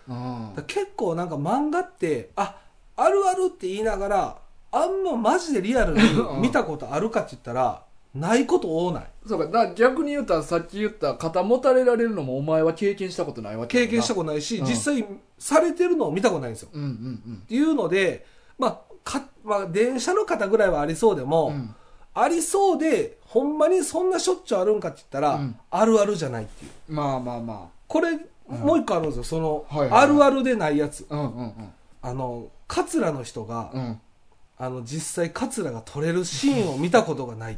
Speaker 1: うん
Speaker 2: だから結構なんか漫画ってああるあるって言いながらあんまマジでリアルに
Speaker 1: [laughs] うん
Speaker 2: 見たことあるかって言ったらないこと多ない
Speaker 1: そうかだから逆に言うたらさっき言った肩もたれられるのもお前は経験したことないわけ
Speaker 2: 経験した
Speaker 1: こ
Speaker 2: ことないし、
Speaker 1: うん
Speaker 2: 実際されてるのを見たことないんですよ
Speaker 1: とうんうん
Speaker 2: っていうので、まあ、かまあ電車の方ぐらいはありそうでも、
Speaker 1: うんうん
Speaker 2: ありそうでほんまにそんなしょっちゅうあるんかって言ったら、
Speaker 1: うん
Speaker 2: あるあるじゃないっていう
Speaker 1: まあまあま
Speaker 2: これ、もう一個あるんですよその、
Speaker 1: はいはいはい
Speaker 2: あるあるでないやつ
Speaker 1: あうんうんうん
Speaker 2: あの桂の人が、
Speaker 1: うん
Speaker 2: あの実際桂が取れるシーンを見たことがない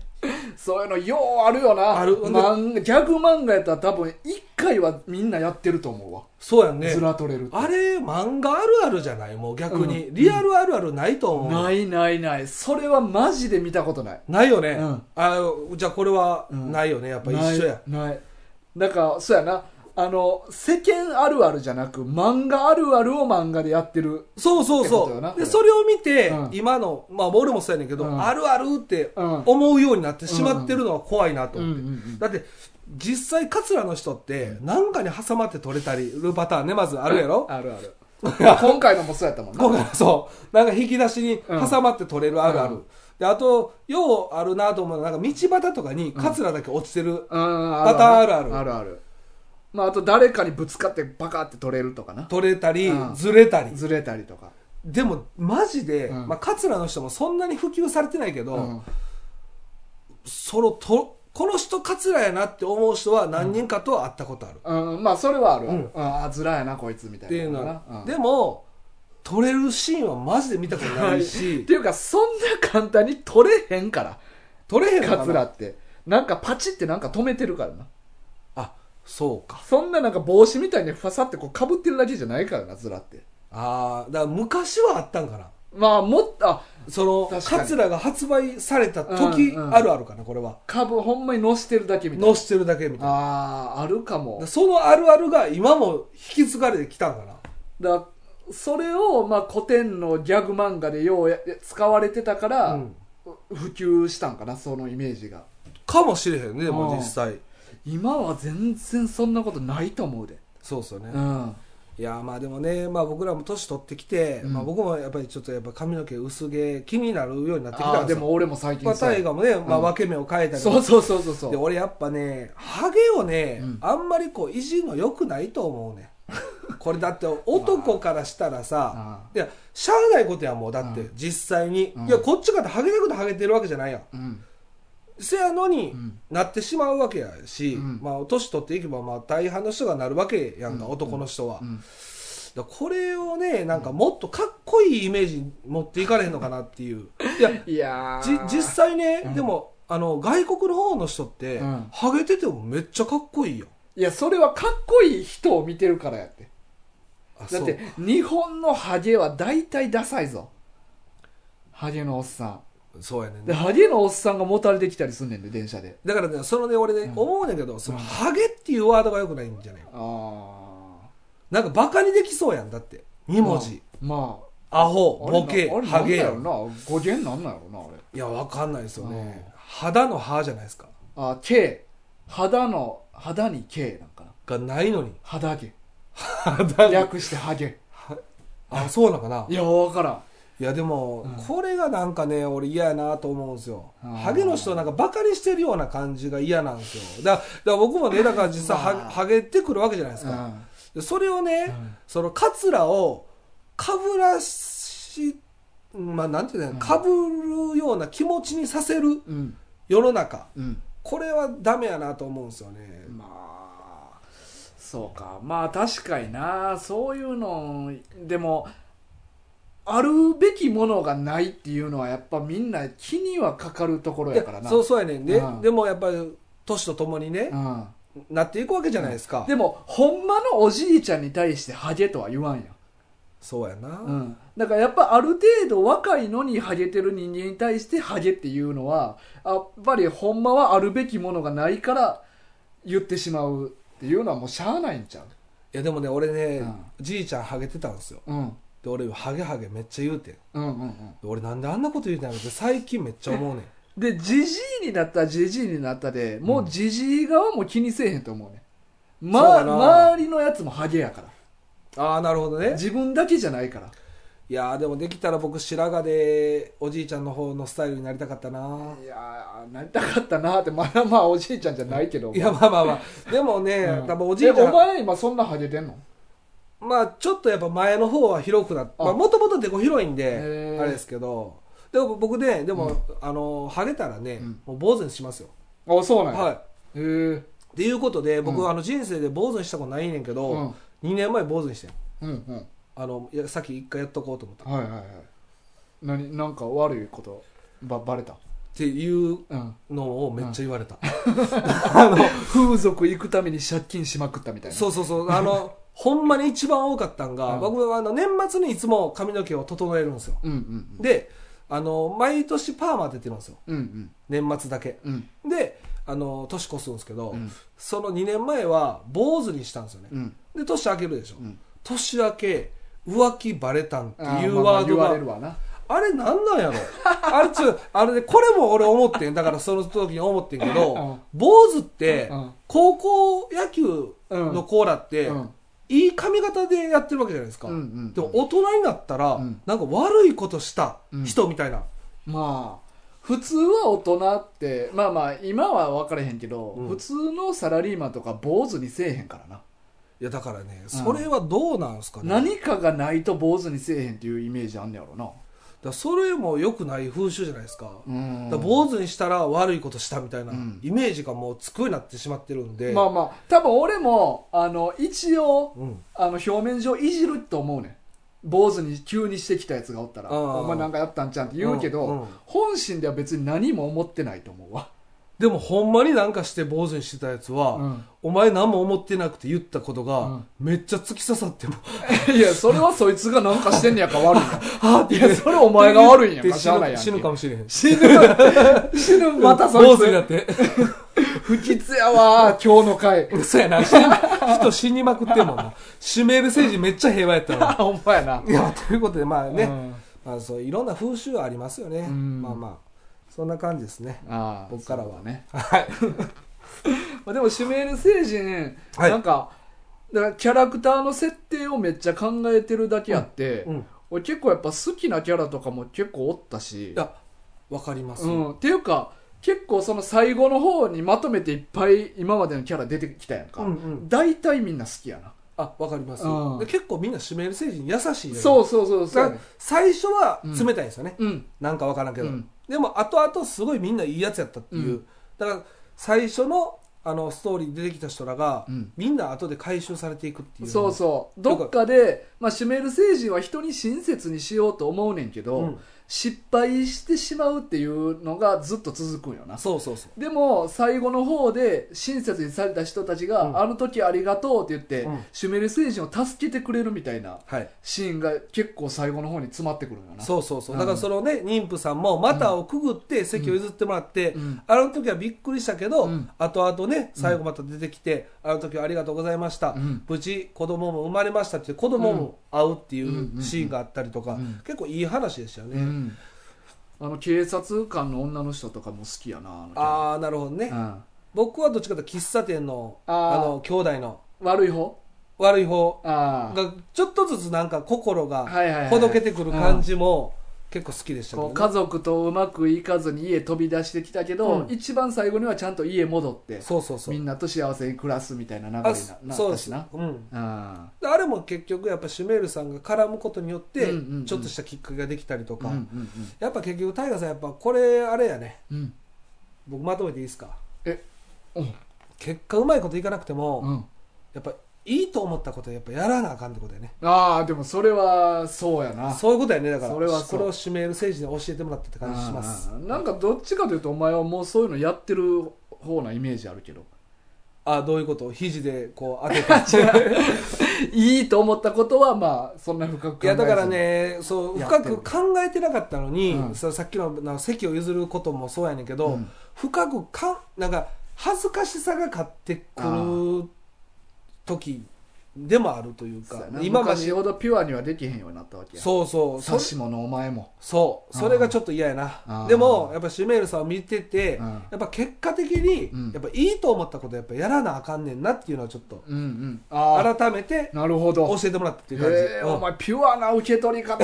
Speaker 1: そういうのようあるよな
Speaker 2: ある
Speaker 1: 漫画ギャグ漫画やったら多分一回はみんなやってると思うわ、
Speaker 2: そうやんね
Speaker 1: ずら取れるって
Speaker 2: あれ漫画あるあるじゃないもう逆に、
Speaker 1: うん
Speaker 2: リアルあるあるないと思う、
Speaker 1: ないないないそれはマジで見たことない
Speaker 2: ないよね、
Speaker 1: うん
Speaker 2: あじゃあこれは
Speaker 1: うん
Speaker 2: ないよねやっぱ一緒や、
Speaker 1: ないないなんかそうやなあの世間あるあるじゃなく漫画あるあるを漫画でやってる
Speaker 2: そうそう
Speaker 1: ってことよな
Speaker 2: そう
Speaker 1: これ
Speaker 2: でそれを見て、
Speaker 1: うん
Speaker 2: 今のまあ俺もそうやねんけど、
Speaker 1: うん
Speaker 2: あるあるって
Speaker 1: うん
Speaker 2: 思うようになってしまってるのは怖いなと思って、
Speaker 1: うんうんうん
Speaker 2: だって実際桂の人って何かに挟まって取れたりるパターンねまずあるやろ、
Speaker 1: あるある [laughs] 今回のもそうやったもんな
Speaker 2: 今回そうなんか引き出しに挟まって取れるあるある、
Speaker 1: うん
Speaker 2: であとようあるなと思うのはなんか道端とかに桂だけ落ちてる、
Speaker 1: うん
Speaker 2: パターンあるある
Speaker 1: あるあるまああと誰かにぶつかってバカって取れるとかな
Speaker 2: 取れたり、
Speaker 1: うん
Speaker 2: ずれたり
Speaker 1: ずれたりとか
Speaker 2: でもマジで、
Speaker 1: うん
Speaker 2: まあ、桂の人もそんなに普及されてないけど、
Speaker 1: うん
Speaker 2: そのとこの人カツラやなって思う人は何人かとは会ったことある、
Speaker 1: うんまあそれはあるわ
Speaker 2: うん
Speaker 1: うんあずらやなこいつみたいな
Speaker 2: っていうのは、
Speaker 1: うん
Speaker 2: でも撮れるシーンはマジで見たことない
Speaker 1: はいっ
Speaker 2: して
Speaker 1: いうかそんな簡単に取れへんから
Speaker 2: 撮れへんのか
Speaker 1: カ
Speaker 2: な
Speaker 1: ツラってなんかパチってなんか止めてるからな
Speaker 2: あそうか
Speaker 1: そんななんか帽子みたいにファサってこうかぶってるだけじゃないからなずらって
Speaker 2: ああだから昔はあったんかな
Speaker 1: まあもっとあ
Speaker 2: その
Speaker 1: 確かに
Speaker 2: カツラが発売された時
Speaker 1: うんうん
Speaker 2: あるあるかなこれは
Speaker 1: かぶほんまにのしてるだけみたいな
Speaker 2: のしてるだけみたいなだか
Speaker 1: あああるかも
Speaker 2: らそのあるあるが今も引き継がれてきたんかな
Speaker 1: だそれをまあ古典のギャグ漫画でようや使われてたから、
Speaker 2: うん
Speaker 1: 普及したんかなそのイメージが
Speaker 2: かもしれへんねで
Speaker 1: う
Speaker 2: も
Speaker 1: ん
Speaker 2: 実際
Speaker 1: 今は全然そんなことないと思うで
Speaker 2: そうっすよね、
Speaker 1: うん
Speaker 2: いやーまあでもね、まあ、僕らも年取ってきて、
Speaker 1: うん
Speaker 2: まあ、僕もやっぱりちょっとやっぱ髪の毛薄毛気になるようになってき
Speaker 1: あ
Speaker 2: た
Speaker 1: ー
Speaker 2: ん
Speaker 1: で
Speaker 2: ですよ
Speaker 1: も俺も最
Speaker 2: ま
Speaker 1: 近
Speaker 2: あ、大
Speaker 1: や
Speaker 2: 河もね、まあ、
Speaker 1: うん
Speaker 2: 分け目を変えたり
Speaker 1: そ
Speaker 2: と
Speaker 1: う
Speaker 2: か
Speaker 1: そうそうそうそ
Speaker 2: で
Speaker 1: う
Speaker 2: 俺やっぱねハゲをね、
Speaker 1: うん
Speaker 2: あんまりこういじるのよくないと思うねこれだって男からしたらさ
Speaker 1: あ
Speaker 2: いやしゃあないことやもうだって、
Speaker 1: うん
Speaker 2: 実際に、
Speaker 1: うん
Speaker 2: いやこっちかってハゲたくてハゲてるわけじゃないやん
Speaker 1: ーうん
Speaker 2: せやのに、
Speaker 1: うん
Speaker 2: なってしまうわけやし、
Speaker 1: うん
Speaker 2: まあ年取っていけばまあ大半の人がなるわけやんか、
Speaker 1: うん
Speaker 2: 男の人は
Speaker 1: う、ん
Speaker 2: だからこれをねなんかもっとかっこいいイメージに持っていかれへんのかなっていういや
Speaker 1: いや
Speaker 2: じ
Speaker 1: ー
Speaker 2: 実際ね、
Speaker 1: うん
Speaker 2: でもあの外国の方の人って、
Speaker 1: うん
Speaker 2: ハゲててもめっちゃかっこいいよ
Speaker 1: いやそれはかっこいい人を見てるからやって
Speaker 2: あ
Speaker 1: だっ
Speaker 2: そう
Speaker 1: て日本のハゲは大体ダサいぞハゲのおっさん
Speaker 2: そうやねん
Speaker 1: で
Speaker 2: ね
Speaker 1: ハゲのおっさんがもたれてきたりすんねんで電車で
Speaker 2: だからねそのね俺ね、
Speaker 1: うん
Speaker 2: 思うねんだけどその、
Speaker 1: うん
Speaker 2: ハゲっていうワードがよくないんじゃない
Speaker 1: ああ
Speaker 2: なんかバカにできそうやんだって2文字、
Speaker 1: まあ
Speaker 2: アホボケ
Speaker 1: あれな
Speaker 2: ハゲ
Speaker 1: あ
Speaker 2: や
Speaker 1: れなん
Speaker 2: ん
Speaker 1: だろうな語源なんなんやろうなあれ
Speaker 2: いやわかんないですよね、肌の歯じゃないですか
Speaker 1: あ K 肌の肌に K なんかな
Speaker 2: がな
Speaker 1: [laughs]
Speaker 2: いのに
Speaker 1: 肌毛
Speaker 2: 肌に
Speaker 1: 略してハゲ
Speaker 2: あそうなんかない
Speaker 1: やわからん
Speaker 2: いやでも、
Speaker 1: うん
Speaker 2: これがなんかね俺嫌やなと思うんですよ
Speaker 1: うん
Speaker 2: ハゲの人なんかバカにしてるような感じが嫌なんですよだだから僕もねだから実際ハ,、
Speaker 1: まあ
Speaker 2: ハゲてくるわけじゃないですか、でそれをね、
Speaker 1: うん
Speaker 2: そのカツラをかぶらしまあなんていう
Speaker 1: うん
Speaker 2: のかぶるような気持ちにさせる
Speaker 1: うん
Speaker 2: 世の中
Speaker 1: うん
Speaker 2: これはダメやなと思うんですよね、
Speaker 1: まあそうかまあ確かになそういうのでもあるべきものがないっていうのはやっぱみんな気にはかかるところ
Speaker 2: いや
Speaker 1: やからな
Speaker 2: そうそうやねんで、
Speaker 1: うん
Speaker 2: でもやっぱり年とともにね
Speaker 1: う、ん
Speaker 2: なっていくわけじゃないですか。
Speaker 1: でもほんまのおじいちゃんに対してハゲとは言わんやん
Speaker 2: そうやな。
Speaker 1: うん、だからやっぱある程度若いのにハゲてる人間に対してハゲっていうのはやっぱりほんまはあるべきものがないから言ってしまうっていうのはもうしゃあないんちゃ
Speaker 2: いやでもね、俺ね、
Speaker 1: うん
Speaker 2: じいちゃんハゲてたんですよ。
Speaker 1: う、うん、
Speaker 2: で、俺、ハゲハゲめっちゃ言うてん。
Speaker 1: うんうんうん
Speaker 2: で俺なんであんなこと言うてんやろって最近めっちゃ
Speaker 1: [laughs]
Speaker 2: 思うねん。
Speaker 1: でジジイになったジジイになったでもうジジイ側も気にせえへんと思うね、ま
Speaker 2: そうだな
Speaker 1: 周りのやつもハゲやから
Speaker 2: ああ、なるほどね。
Speaker 1: 自分だけじゃないから
Speaker 2: いやーでもできたら僕白髪でおじいちゃんの方のスタイルになりたかったない
Speaker 1: やーなりたかったなーってまだまあおじいちゃんじゃないけど
Speaker 2: いやまあまあまあでもね、
Speaker 1: うん
Speaker 2: 多分おじいち
Speaker 1: え
Speaker 2: ゃ
Speaker 1: お
Speaker 2: ん
Speaker 1: 前今そんなハゲてんの
Speaker 2: まあちょっとやっぱ前の方は広くなって
Speaker 1: あ
Speaker 2: もともとでこ広いん
Speaker 1: へ
Speaker 2: で
Speaker 1: ー
Speaker 2: あれですけどでも僕ねでも、あのハゲたらね、
Speaker 1: うん
Speaker 2: もう坊主にしますよ、
Speaker 1: あそうなんや
Speaker 2: はい
Speaker 1: へえ
Speaker 2: っていうことで僕、
Speaker 1: うん
Speaker 2: あの人生で坊主にしたことないねんけど、
Speaker 1: うん
Speaker 2: 2年前坊主にしてん
Speaker 1: うんうん
Speaker 2: あのいやさっき一回やっとこうと思ったっ
Speaker 1: はいはいはい何なんか悪いことばバレた、
Speaker 2: ていう [laughs]
Speaker 1: うん、
Speaker 2: のをめっちゃ言われた、
Speaker 1: 風俗行くために借金しまくったみたいな
Speaker 2: そうそうそう。あの、ほんまに一番多かったんが、
Speaker 1: うん
Speaker 2: 僕はあの年末にいつも髪の毛を整えるんですよ。
Speaker 1: うんうん
Speaker 2: で、あの、毎年パーマ当ててるんですよ。
Speaker 1: うんうん
Speaker 2: 年末だけ。
Speaker 1: うん
Speaker 2: で、あの、年越すんですけど、
Speaker 1: うん
Speaker 2: その2年前は坊主にしたんですよね。
Speaker 1: うん
Speaker 2: で、年明けるでしょ。
Speaker 1: うん
Speaker 2: 年明け、浮気バレたんって
Speaker 1: あー
Speaker 2: い
Speaker 1: ま
Speaker 2: う
Speaker 1: あまあ
Speaker 2: ワード
Speaker 1: 言わ
Speaker 2: が
Speaker 1: れ、るわな
Speaker 2: あれなんなんやろ [laughs] あれちょ、あれね、これも俺思ってん。だからその時に思ってんけ
Speaker 1: うん
Speaker 2: ど、坊主って
Speaker 1: うん、
Speaker 2: 高校野球の子らって、
Speaker 1: うん
Speaker 2: いい髪型でやってるわけじゃないですか、
Speaker 1: うんうん
Speaker 2: でも大人になったら、
Speaker 1: うん
Speaker 2: なんか悪いことした人みたいな、
Speaker 1: まあ普通は大人ってまあまあ今は分からへんけど、
Speaker 2: うん
Speaker 1: 普通のサラリーマンとか坊主にせえへんからな、
Speaker 2: いやだからねそれはどうなんですかね、だか
Speaker 1: 何かがないと坊主にせえへんっていうイメージあんねやろな
Speaker 2: らそれも良くない風習じゃないですか,、
Speaker 1: うん
Speaker 2: だから坊主にしたら悪いことしたみたいな
Speaker 1: うん
Speaker 2: イメージがもうつくようになってしまってるんで、
Speaker 1: まあまあ多分俺もあの一応
Speaker 2: うん、
Speaker 1: あの表面上いじると思うねん坊主に急にしてきたやつがおったら「
Speaker 2: ああ
Speaker 1: お前なんかやったんちゃうん」って言うけど、
Speaker 2: うんうん
Speaker 1: 本心では別に何も思ってないと思うわ、
Speaker 2: でもほんまになんかして坊主にしてたやつは、
Speaker 1: うん
Speaker 2: お前何も思ってなくて言ったことが、
Speaker 1: うん
Speaker 2: めっちゃ突き刺さ [laughs] っても
Speaker 1: [laughs] いやそれはそいつがなんかしてんねやから悪いんや
Speaker 2: あーっ
Speaker 1: [laughs]
Speaker 2: て
Speaker 1: いやそれお前が悪いんや
Speaker 2: っ
Speaker 1: か
Speaker 2: て
Speaker 1: らしゃあないやんけ
Speaker 2: 死ぬかもしれへ [laughs] ん
Speaker 1: 死ぬ死ぬまたそ
Speaker 2: 坊
Speaker 1: い
Speaker 2: 主にな
Speaker 1: つ
Speaker 2: って [laughs]
Speaker 1: 不吉やわ今日の [laughs] 回
Speaker 2: そうやな。死ん人死にまくってんもんな。指名ル政治めっちゃ平和やったな。
Speaker 1: ほんまやない
Speaker 2: や、 [laughs] ということで、まあね、
Speaker 1: うん
Speaker 2: まあそう、いろんな風習ありますよね。
Speaker 1: ん
Speaker 2: まあまあ、そんな感じですね。
Speaker 1: ああ
Speaker 2: こっからは
Speaker 1: そうだね
Speaker 2: [laughs] はい。
Speaker 1: まあ、でもシュメール星人、
Speaker 2: はい
Speaker 1: なんかだからキャラクターの設定をめっちゃ考えてるだけあって、
Speaker 2: うん。い
Speaker 1: 俺結構やっぱ好きなキャラとかも結構おったし、
Speaker 2: や、わかります。
Speaker 1: うん、っていうか結構その最後の方にまとめていっぱい今までのキャラ出てきたやんか、
Speaker 2: うんうん
Speaker 1: 大体みんな好きやな、
Speaker 2: あ、わかります。
Speaker 1: うん
Speaker 2: で結構みんな指名ル政治に優しいね
Speaker 1: そうそうそうそう
Speaker 2: だ
Speaker 1: や
Speaker 2: か
Speaker 1: ね
Speaker 2: ら最初は冷たいんですよね。
Speaker 1: うん
Speaker 2: なんかわからんけど。
Speaker 1: うん
Speaker 2: でも、後々すごいみんないいやつやったっていう。
Speaker 1: う
Speaker 2: だから、最初の、あの、ストーリーに出てきた人らが、
Speaker 1: うん
Speaker 2: みんな後で回収されていくっていう。
Speaker 1: そうそうどっかで、まあ、シュメール星人は人に親切にしようと思うねんけど、
Speaker 2: うん
Speaker 1: 失敗してしまうっていうのがずっと続くんよな
Speaker 2: そうそうそう。
Speaker 1: でも最後の方で親切にされた人たちが、
Speaker 2: うん
Speaker 1: あの時ありがとうって言って、
Speaker 2: うん
Speaker 1: シュメル星人を助けてくれるみたいな
Speaker 2: はい。
Speaker 1: シーンが結構最後の方に詰まってくるんだな
Speaker 2: そうそうそうう。
Speaker 1: ん
Speaker 2: だからそのね、妊婦さんも股をくぐって席を譲ってもらって、
Speaker 1: うん
Speaker 2: あの時はびっくりしたけ
Speaker 1: う
Speaker 2: ど、
Speaker 1: ん
Speaker 2: 後々ね、最後また出てきて、あの時はありがとうございました。
Speaker 1: うん
Speaker 2: 無事子供も生まれましたって、子供も会うってい
Speaker 1: ん
Speaker 2: うシーンがあったりとか、
Speaker 1: うん
Speaker 2: 結構いい話でしたよね。
Speaker 1: うんあの警察官の女の人とかも好きやなあ
Speaker 2: ああ、なるほど
Speaker 1: の
Speaker 2: ね。
Speaker 1: キャラ
Speaker 2: 僕はどっちかというと喫茶店の、
Speaker 1: あ
Speaker 2: あ
Speaker 1: ー
Speaker 2: の、兄弟の
Speaker 1: うん、悪い方
Speaker 2: 悪い方
Speaker 1: ああ
Speaker 2: が、ちょっとずつなんか心
Speaker 1: はいはいは
Speaker 2: が
Speaker 1: い
Speaker 2: ほどけてくる感じも結構好きでしたけ
Speaker 1: こう
Speaker 2: どね
Speaker 1: 家族とうまくいかずに家飛び出してきたけど、
Speaker 2: うん
Speaker 1: 一番最後にはちゃんと家戻って
Speaker 2: そうそうそう。
Speaker 1: みんなと幸せに暮らすみたいな流れにな
Speaker 2: あ
Speaker 1: なったしな
Speaker 2: そうですうん、
Speaker 1: あ
Speaker 2: であれも結局やっぱシュメールさんが絡むことによって
Speaker 1: うんうんうん
Speaker 2: ちょっとしたきっかけができたりと
Speaker 1: あう
Speaker 2: か、
Speaker 1: んうん
Speaker 2: やっぱ結局タイガーさんやっぱこれあれやね
Speaker 1: うんうん
Speaker 2: 僕まとめていいですか
Speaker 1: えうん
Speaker 2: 結果うまいこといかなくても、
Speaker 1: うん
Speaker 2: やっぱいいと思ったことはやっぱやらなあかんってことやね
Speaker 1: ああでもそれはそうやな
Speaker 2: そういうことやねだから
Speaker 1: それはそう
Speaker 2: これをシュメール政治に教えてもらったって感じします
Speaker 1: あーなんかどっちかというとお前はもうそういうのやってる方なイメージあるけど
Speaker 2: あどういうこと肘でこう当てて
Speaker 1: [laughs] いいと思ったことはまあそんな深く考えず
Speaker 2: いや
Speaker 1: に
Speaker 2: だからねそう
Speaker 1: やって
Speaker 2: 深
Speaker 1: る
Speaker 2: く考えてなかったのに、
Speaker 1: うん
Speaker 2: そうさっきのな席を譲ることもそうやねんけど、
Speaker 1: うん
Speaker 2: 深くかなんか恥ずかしさが勝って
Speaker 1: あ
Speaker 2: くる時でもあるという
Speaker 1: そう
Speaker 2: か
Speaker 1: やな
Speaker 2: 今ま
Speaker 1: 昔
Speaker 2: で
Speaker 1: ほどピュアにはできへんようになったわけや
Speaker 2: そうそうそ
Speaker 1: サシモのお前も
Speaker 2: そうそれがちょっと嫌や
Speaker 1: あ
Speaker 2: な
Speaker 1: ー
Speaker 2: でもやっぱシュメールさんを見てて、
Speaker 1: うん
Speaker 2: やっぱ結果的に、
Speaker 1: うん
Speaker 2: やっぱいいと思ったことやっぱやらなあかんねんなっていうのはちょっと
Speaker 1: うんうんあ
Speaker 2: 改めて
Speaker 1: あなるほど
Speaker 2: 教えてもらったっていう感じ、
Speaker 1: えー
Speaker 2: うん
Speaker 1: お前ピュアな受け取り
Speaker 2: [laughs]
Speaker 1: 方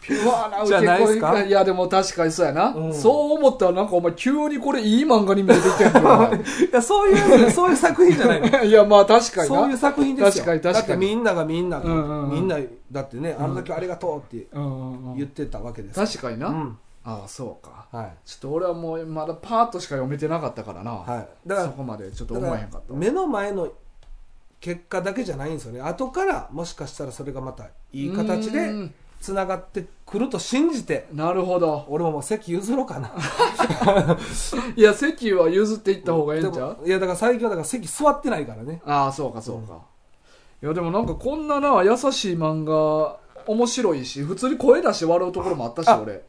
Speaker 1: ピュアな受
Speaker 2: じゃ
Speaker 1: け
Speaker 2: ないっ
Speaker 1: 取
Speaker 2: す
Speaker 1: り
Speaker 2: か
Speaker 1: 方いやでも確かにそうやな、
Speaker 2: うん
Speaker 1: そう思ったらなんかお前急にこれいい漫画に見えてきてんけど [laughs] お
Speaker 2: [laughs] いや、そういう、そういう作品じゃないの。
Speaker 1: 前いやまあ確かにな
Speaker 2: そういう作品ですよ。
Speaker 1: 確かに確かに
Speaker 2: だってみんながみんなが、
Speaker 1: うんうんうん
Speaker 2: みんな、だってね、あの時ありがとうって
Speaker 1: うんうんうん
Speaker 2: 言ってたわけですから。
Speaker 1: 確かにな、
Speaker 2: うん。
Speaker 1: ああそうか
Speaker 2: はい。
Speaker 1: ちょっと俺はもうまだパーッとしか読めてなかったからな、
Speaker 2: はい。だか
Speaker 1: そ
Speaker 2: ら
Speaker 1: こまでちょっと、
Speaker 2: だ
Speaker 1: 思えへんか
Speaker 2: か
Speaker 1: っ
Speaker 2: ら目の前の結果だけじゃないんですよね。後から、もしかしたらそれがまた
Speaker 1: た
Speaker 2: いい形
Speaker 1: う
Speaker 2: で
Speaker 1: ん
Speaker 2: 繋がってくると信じて、
Speaker 1: なるほど
Speaker 2: 俺ももう席譲ろうかな。
Speaker 1: いや席は譲っていった方がええんちゃう、
Speaker 2: でもいや、だから最近はだから席座ってないからね。
Speaker 1: ああそうかそうか、いやでもなんかこんなな優しい漫画面白いし普通に声出して笑うところもあったし
Speaker 2: あ
Speaker 1: 俺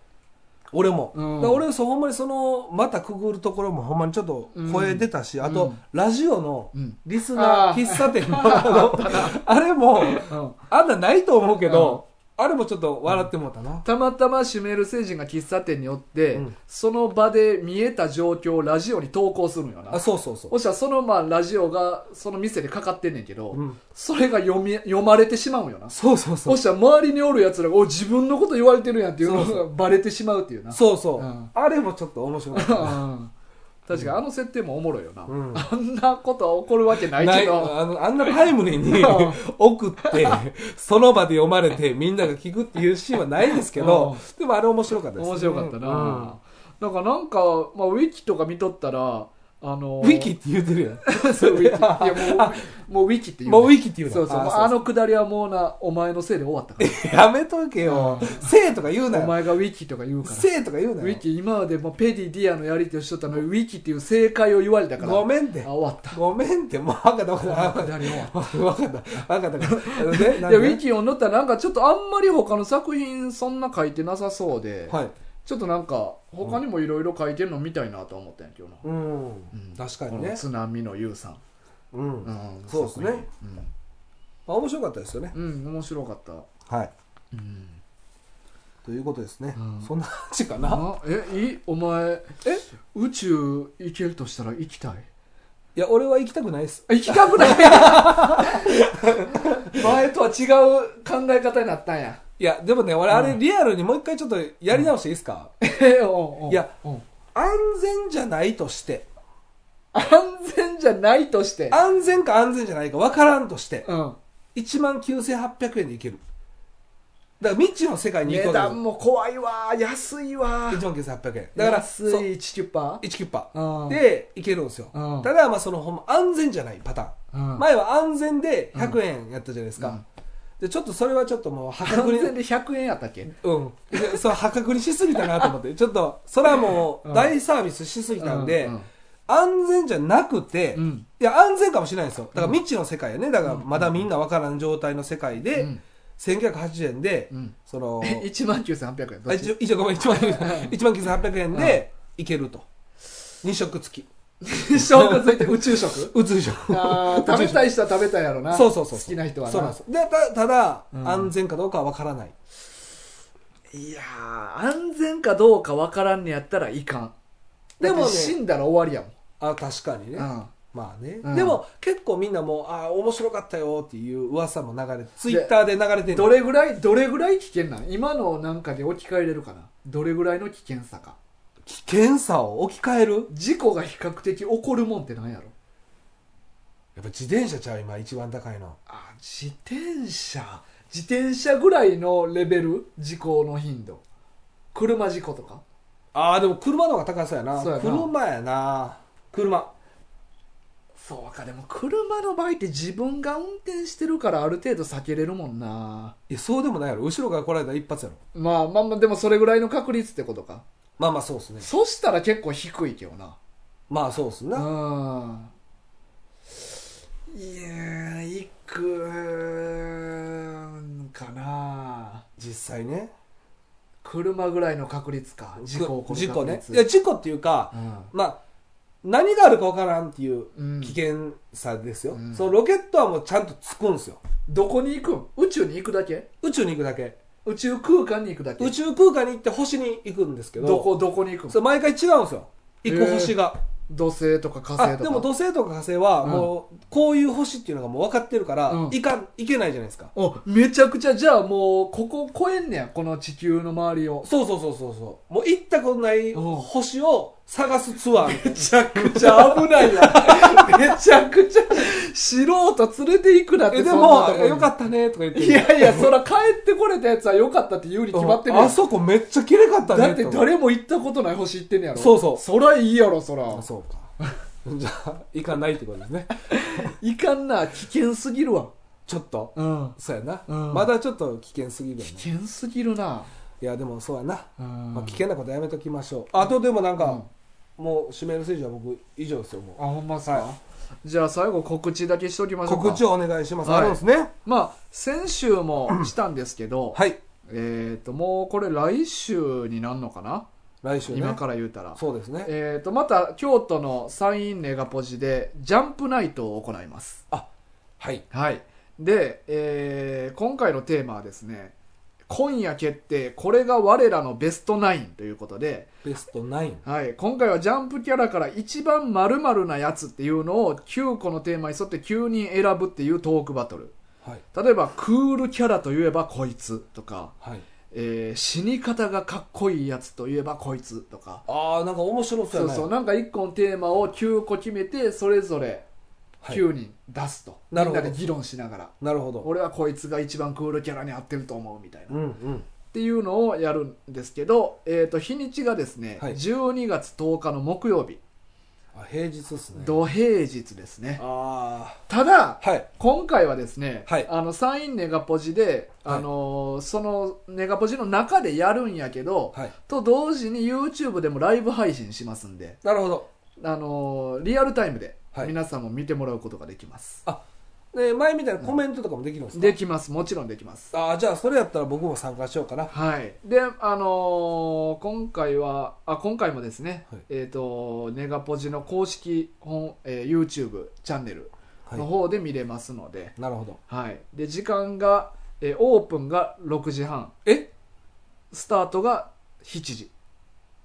Speaker 2: 俺も、
Speaker 1: うん
Speaker 2: だから俺そうほんまにそのまたくぐるところもほんまにちょっと声出たし、
Speaker 1: うん
Speaker 2: あ
Speaker 1: う
Speaker 2: と
Speaker 1: ん
Speaker 2: ラジオの
Speaker 1: うん
Speaker 2: リスナー
Speaker 1: あ
Speaker 2: 喫茶店の
Speaker 1: [laughs]
Speaker 2: あのあれも
Speaker 1: うん
Speaker 2: あんなないと思うけど、あれもちょっと笑ってもうたな、
Speaker 1: たまたまシュメール星人が喫茶店に寄って、
Speaker 2: うん
Speaker 1: その場で見えた状況をラジオに投稿するんよな
Speaker 2: あそうそうそう、
Speaker 1: そしたらそのまあラジオがその店でかかってんねんけど、
Speaker 2: うん
Speaker 1: それが読み読まれてしまうんよなそ
Speaker 2: そうそうそう
Speaker 1: したら周りにおるやつらがおい自分のこと言われてるやんっていうの
Speaker 2: そうそ
Speaker 1: がバレてしまうっていうな
Speaker 2: そうそう、
Speaker 1: うん
Speaker 2: あれもちょっと面白かった、
Speaker 1: うん確かにあの設定もおもろいよな、
Speaker 2: うん
Speaker 1: あんなことは起こるわけない
Speaker 2: な
Speaker 1: け
Speaker 2: い
Speaker 1: ど
Speaker 2: あのあんなタイムリーに送ってその場で読まれてみんなが聞くっていうシーンはないですけど、でもあれ面白かったです、ね、
Speaker 1: 面白かったな、
Speaker 2: うん
Speaker 1: なんかなんか、まあ、ウィキとか見とったらあの
Speaker 2: ウィキって言ってるやん
Speaker 1: そうウィキ
Speaker 2: [laughs]
Speaker 1: いやもうもうウィキって言うね
Speaker 2: もうウィキって言うの
Speaker 1: そうそう
Speaker 2: あ
Speaker 1: あのくだりはもうなお前のせいで終わったか
Speaker 2: やめとけよ
Speaker 1: う。
Speaker 2: せいとか言う
Speaker 1: ら
Speaker 2: な
Speaker 1: お
Speaker 2: よ。
Speaker 1: 前がウィキとか言うから
Speaker 2: せいとか言う
Speaker 1: ウ
Speaker 2: な
Speaker 1: ィ
Speaker 2: よ。
Speaker 1: キ今までもうペディディアのやり手をしとったのにウィキっていう正解を言われたから
Speaker 2: ご
Speaker 1: ん
Speaker 2: めんって
Speaker 1: あ。終わった
Speaker 2: [laughs] ごめんって。もう分かった分か
Speaker 1: あ
Speaker 2: っ
Speaker 1: のくだり終わった
Speaker 2: た。分かった。分かったから。あのねない
Speaker 1: やウ
Speaker 2: ん
Speaker 1: ィ
Speaker 2: で
Speaker 1: キ読んどったらなんかちょっとあんまり他の作品そんな書いてなさそうで、
Speaker 2: はい。
Speaker 1: ちょっとなんか他にもいろいろ書いてるの見たいなとは思ったんやけどな、
Speaker 2: うん。確かに
Speaker 1: この
Speaker 2: ね。
Speaker 1: 津波の優さん、
Speaker 2: う。
Speaker 1: うんん
Speaker 2: そうですね
Speaker 1: 作
Speaker 2: まあ面白かったですよね。
Speaker 1: 品うん、うん、面白かった、
Speaker 2: はい。
Speaker 1: うん、
Speaker 2: ということですね
Speaker 1: うん。
Speaker 2: そんな感じかな。
Speaker 1: あえいいお前え宇宙行けるとしたら行きたい
Speaker 2: いや、俺は行きたくないです。
Speaker 1: あ行きたくない [laughs] 前とは違う考え方になったんや
Speaker 2: いや、でもね、俺あれリアルにもう一回ちょっとやり直していいですか
Speaker 1: えおうおう
Speaker 2: いや
Speaker 1: おう
Speaker 2: 安全じゃないとして。
Speaker 1: 安全じゃないとして
Speaker 2: 安全か安全じゃないか分からんとして。
Speaker 1: うん
Speaker 2: 1万9800円で行ける。だから未知の世界に行く
Speaker 1: 値
Speaker 2: わけです
Speaker 1: 段も怖いわ安いわ
Speaker 2: 1万9800円だから
Speaker 1: 安
Speaker 2: そう
Speaker 1: い1キュッパ
Speaker 2: 1キュッパ
Speaker 1: ーで、
Speaker 2: でいけるんですよ
Speaker 1: うん
Speaker 2: ただまあそのほんま安全じゃないパタ
Speaker 1: う
Speaker 2: ーン
Speaker 1: ん
Speaker 2: 前は安全で100円やったじゃないです
Speaker 1: うん
Speaker 2: かでちょっとそれはちょっともう破格
Speaker 1: 完
Speaker 2: に
Speaker 1: 全で100円やったっけ
Speaker 2: うん [laughs] でそう破格にしすぎたなと思ってちょっとそれはもう大サービスしすぎたんで
Speaker 1: ううん
Speaker 2: 安全じゃなくて
Speaker 1: うん
Speaker 2: いや安全かもしれないんですよだから未知の世界やねだからまだみんなわからん状態の世界
Speaker 1: う
Speaker 2: で
Speaker 1: ん
Speaker 2: 1980円で
Speaker 1: うん [laughs]
Speaker 2: その
Speaker 1: 1万9800円ど
Speaker 2: あ
Speaker 1: っち
Speaker 2: 一応一応ごめん1万1万9800円でいけると2食付き
Speaker 1: 勝負ついて宇宙 [laughs] 食
Speaker 2: うつじゃん
Speaker 1: あー食べたい人は食べたいやろな
Speaker 2: そうそうそうそう
Speaker 1: 好きな人はな
Speaker 2: そうなんですでたただ、
Speaker 1: うん
Speaker 2: 安全かどうかは分からない
Speaker 1: いやー安全かどうかわからんねやったらいかんで
Speaker 2: でもね
Speaker 1: も死んだら終わりやもん
Speaker 2: あ確かにね、
Speaker 1: うん
Speaker 2: まあね、
Speaker 1: うん
Speaker 2: でも結構みんなもうああ面白かったよっていう噂も流れてツイッターで流れてる
Speaker 1: どれぐらいどれぐらい危険なん今のなんかで置き換えれるかなどれぐらいの危険さか
Speaker 2: 危険さを置き換える
Speaker 1: 事故が比較的起こるもんってなんやろ
Speaker 2: やっぱ自転車ちゃう今一番高いの
Speaker 1: あ自転車自転車ぐらいのレベル事故の頻度車事故とか
Speaker 2: ああでも車の方が高そうやな
Speaker 1: そうやな
Speaker 2: 車やな車
Speaker 1: そうかでも車の場合って自分が運転してるからある程度避けれるもんない
Speaker 2: やそうでもないやろ後ろから来られたら一発やろ
Speaker 1: まあまあまあでもそれぐらいの確率ってことか
Speaker 2: まあまあそうですね
Speaker 1: そしたら結構低いけどな
Speaker 2: まあそうっす
Speaker 1: う
Speaker 2: な、
Speaker 1: ん
Speaker 2: いやーい
Speaker 1: 行くんかな
Speaker 2: 実際ね
Speaker 1: 車ぐらいの確率か事故起こる
Speaker 2: 事故ね
Speaker 1: 確
Speaker 2: い
Speaker 1: 率
Speaker 2: や事故っていうか
Speaker 1: うん
Speaker 2: まあ何があるかわからんっていう
Speaker 1: うん
Speaker 2: 危険さですよ、
Speaker 1: うん
Speaker 2: そのロケットはもうちゃんとつくんですよ
Speaker 1: どこに行くん宇宙に行くだけ
Speaker 2: 宇宙に行くだけ
Speaker 1: 宇宙空間に行くだけ
Speaker 2: 宇宙空間に行って星に行くんですけど
Speaker 1: どこどこに行くん
Speaker 2: そう毎回違うんですよ行く星が、
Speaker 1: 土星とか火
Speaker 2: あ
Speaker 1: 星とか
Speaker 2: でも土星とか火星は
Speaker 1: うん
Speaker 2: もうこういう星っていうのがもう分かってるから、
Speaker 1: うん
Speaker 2: いかんいけないじゃないですか
Speaker 1: おめちゃくちゃじゃあもうここ超えんねやこの地球の周りを [laughs]
Speaker 2: そうそうそうそうそうもう行ったことない
Speaker 1: うん
Speaker 2: 星を探すツアーみたい
Speaker 1: めちゃくちゃ危ないやんめちゃくちゃ素人連れて行くなっ
Speaker 2: な [laughs] え
Speaker 1: て
Speaker 2: で
Speaker 1: そんな
Speaker 2: も
Speaker 1: とこに
Speaker 2: よかったねとか言って
Speaker 1: いやいやそら帰ってこれたやつは良かったって言うに決まってるやん
Speaker 2: あそこめっちゃ綺麗かったね
Speaker 1: だって
Speaker 2: と
Speaker 1: 誰も行ったことない星行ってんねやろ
Speaker 2: そうそう
Speaker 1: そらいいやろそら
Speaker 2: あそうか [laughs] じゃあ行かないってことですね
Speaker 1: いかんな危険すぎるわ
Speaker 2: ちょっと
Speaker 1: うん
Speaker 2: そうやな、
Speaker 1: うん
Speaker 2: まだちょっと危険すぎるよね
Speaker 1: 危険すぎるない
Speaker 2: やでもそうやな、
Speaker 1: うん
Speaker 2: まあ、危険なことやめときましょうあとでもなん
Speaker 1: う
Speaker 2: か
Speaker 1: ん、
Speaker 2: もう指名の選手は僕以上ですよもう
Speaker 1: あほんまさ、じゃあ最後告知だけしときましょうか
Speaker 2: 告知をお願いします、
Speaker 1: はい
Speaker 2: あるんですね
Speaker 1: まあ先週もしたんですけど、
Speaker 2: はい
Speaker 1: えっ、ともうこれ来週になるのかな、
Speaker 2: 来週ね
Speaker 1: 今から言うたら
Speaker 2: そうですね
Speaker 1: えっ、とまた京都のサインネガポジでジャンプナイトを行います
Speaker 2: はい
Speaker 1: はいで、えー今回のテーマはですね今夜決定これが我らのベストナインということで、
Speaker 2: ベスト9
Speaker 1: はい、今回はジャンプキャラから一番まるなやつっていうのを9個のテーマに沿って9人選ぶっていうトークバトル
Speaker 2: はい
Speaker 1: 例えばクールキャラといえばこいつとか、
Speaker 2: はい
Speaker 1: えー死に方がかっこいいやつといえばこいつとか
Speaker 2: ああなんか面白そう
Speaker 1: そ
Speaker 2: や
Speaker 1: う
Speaker 2: ね
Speaker 1: そうなんか1個のテーマを9個決めてそれぞれ
Speaker 2: はい
Speaker 1: 9人出すと、
Speaker 2: なる
Speaker 1: みん
Speaker 2: ほど
Speaker 1: なで議論しながら
Speaker 2: なるほど
Speaker 1: 俺はこいつが一番クールキャラに合ってると思うみたいな、
Speaker 2: うんうん
Speaker 1: っていうのをやるんですけど、えー、と日にちがですね、
Speaker 2: はい
Speaker 1: 12月10日の木曜日
Speaker 2: あ平日っすね
Speaker 1: 土平日ですね
Speaker 2: あ
Speaker 1: ただ
Speaker 2: あはい
Speaker 1: 今回はですね、
Speaker 2: はい
Speaker 1: あのサインネガポジで、
Speaker 2: は
Speaker 1: あ
Speaker 2: い
Speaker 1: のーそのネガポジの中でやるんやけど、
Speaker 2: はい
Speaker 1: と同時に YouTube でもライブ配信しますんで、
Speaker 2: なるほど
Speaker 1: あのーリアルタイムで
Speaker 2: はい
Speaker 1: 皆さんも見てもらうことができます、
Speaker 2: で前みたいなコメントとかもできるんですか、
Speaker 1: できますもちろんできます
Speaker 2: ああじゃあそれやったら僕も参加しようかな
Speaker 1: はいであのー今回はあ今回もですね、
Speaker 2: はい
Speaker 1: えっ、とネガポジの公式本、えー YouTube チャンネルの
Speaker 2: は
Speaker 1: 方で見れますので、
Speaker 2: いなるほど
Speaker 1: はい、で時間が、えーオープンが6時半
Speaker 2: え
Speaker 1: スタートが7時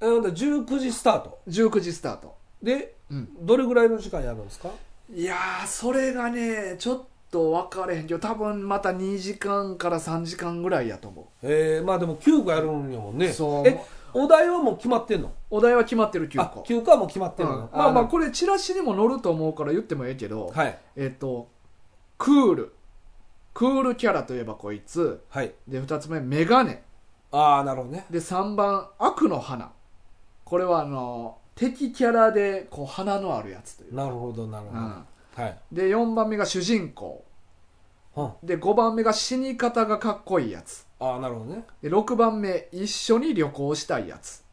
Speaker 2: えなんだ19時スタート
Speaker 1: 19時スタート、
Speaker 2: で
Speaker 1: うん、
Speaker 2: どれぐらいの時間やるんですか
Speaker 1: いやーそれがねちょっと分かれへんけど多分また2時間から3時間ぐらいやと思う
Speaker 2: えー、まあでも9個やるんやもんね
Speaker 1: そう
Speaker 2: えお題はもう決まってんの
Speaker 1: お題は決まってる9
Speaker 2: あ
Speaker 1: 個
Speaker 2: 9個はもう決まって
Speaker 1: うん
Speaker 2: るの、
Speaker 1: まあまあ
Speaker 2: こ
Speaker 1: これチラシにも載ると思うから言ってもええけど、
Speaker 2: はい
Speaker 1: えっ、とクールクールキャラといえばこいつ
Speaker 2: はい
Speaker 1: で2つ目メガネ
Speaker 2: ああなるほどね
Speaker 1: で3番悪の花これはあの敵キャラでこう花のあるやつという、
Speaker 2: なるほどなるほ
Speaker 1: う
Speaker 2: ど、
Speaker 1: ん、
Speaker 2: はい、
Speaker 1: で4番目が主人公
Speaker 2: うん、あ
Speaker 1: で5番目が死に方がかっこいいやつ
Speaker 2: あなるほどね、
Speaker 1: で6番目一緒に旅行したいやつ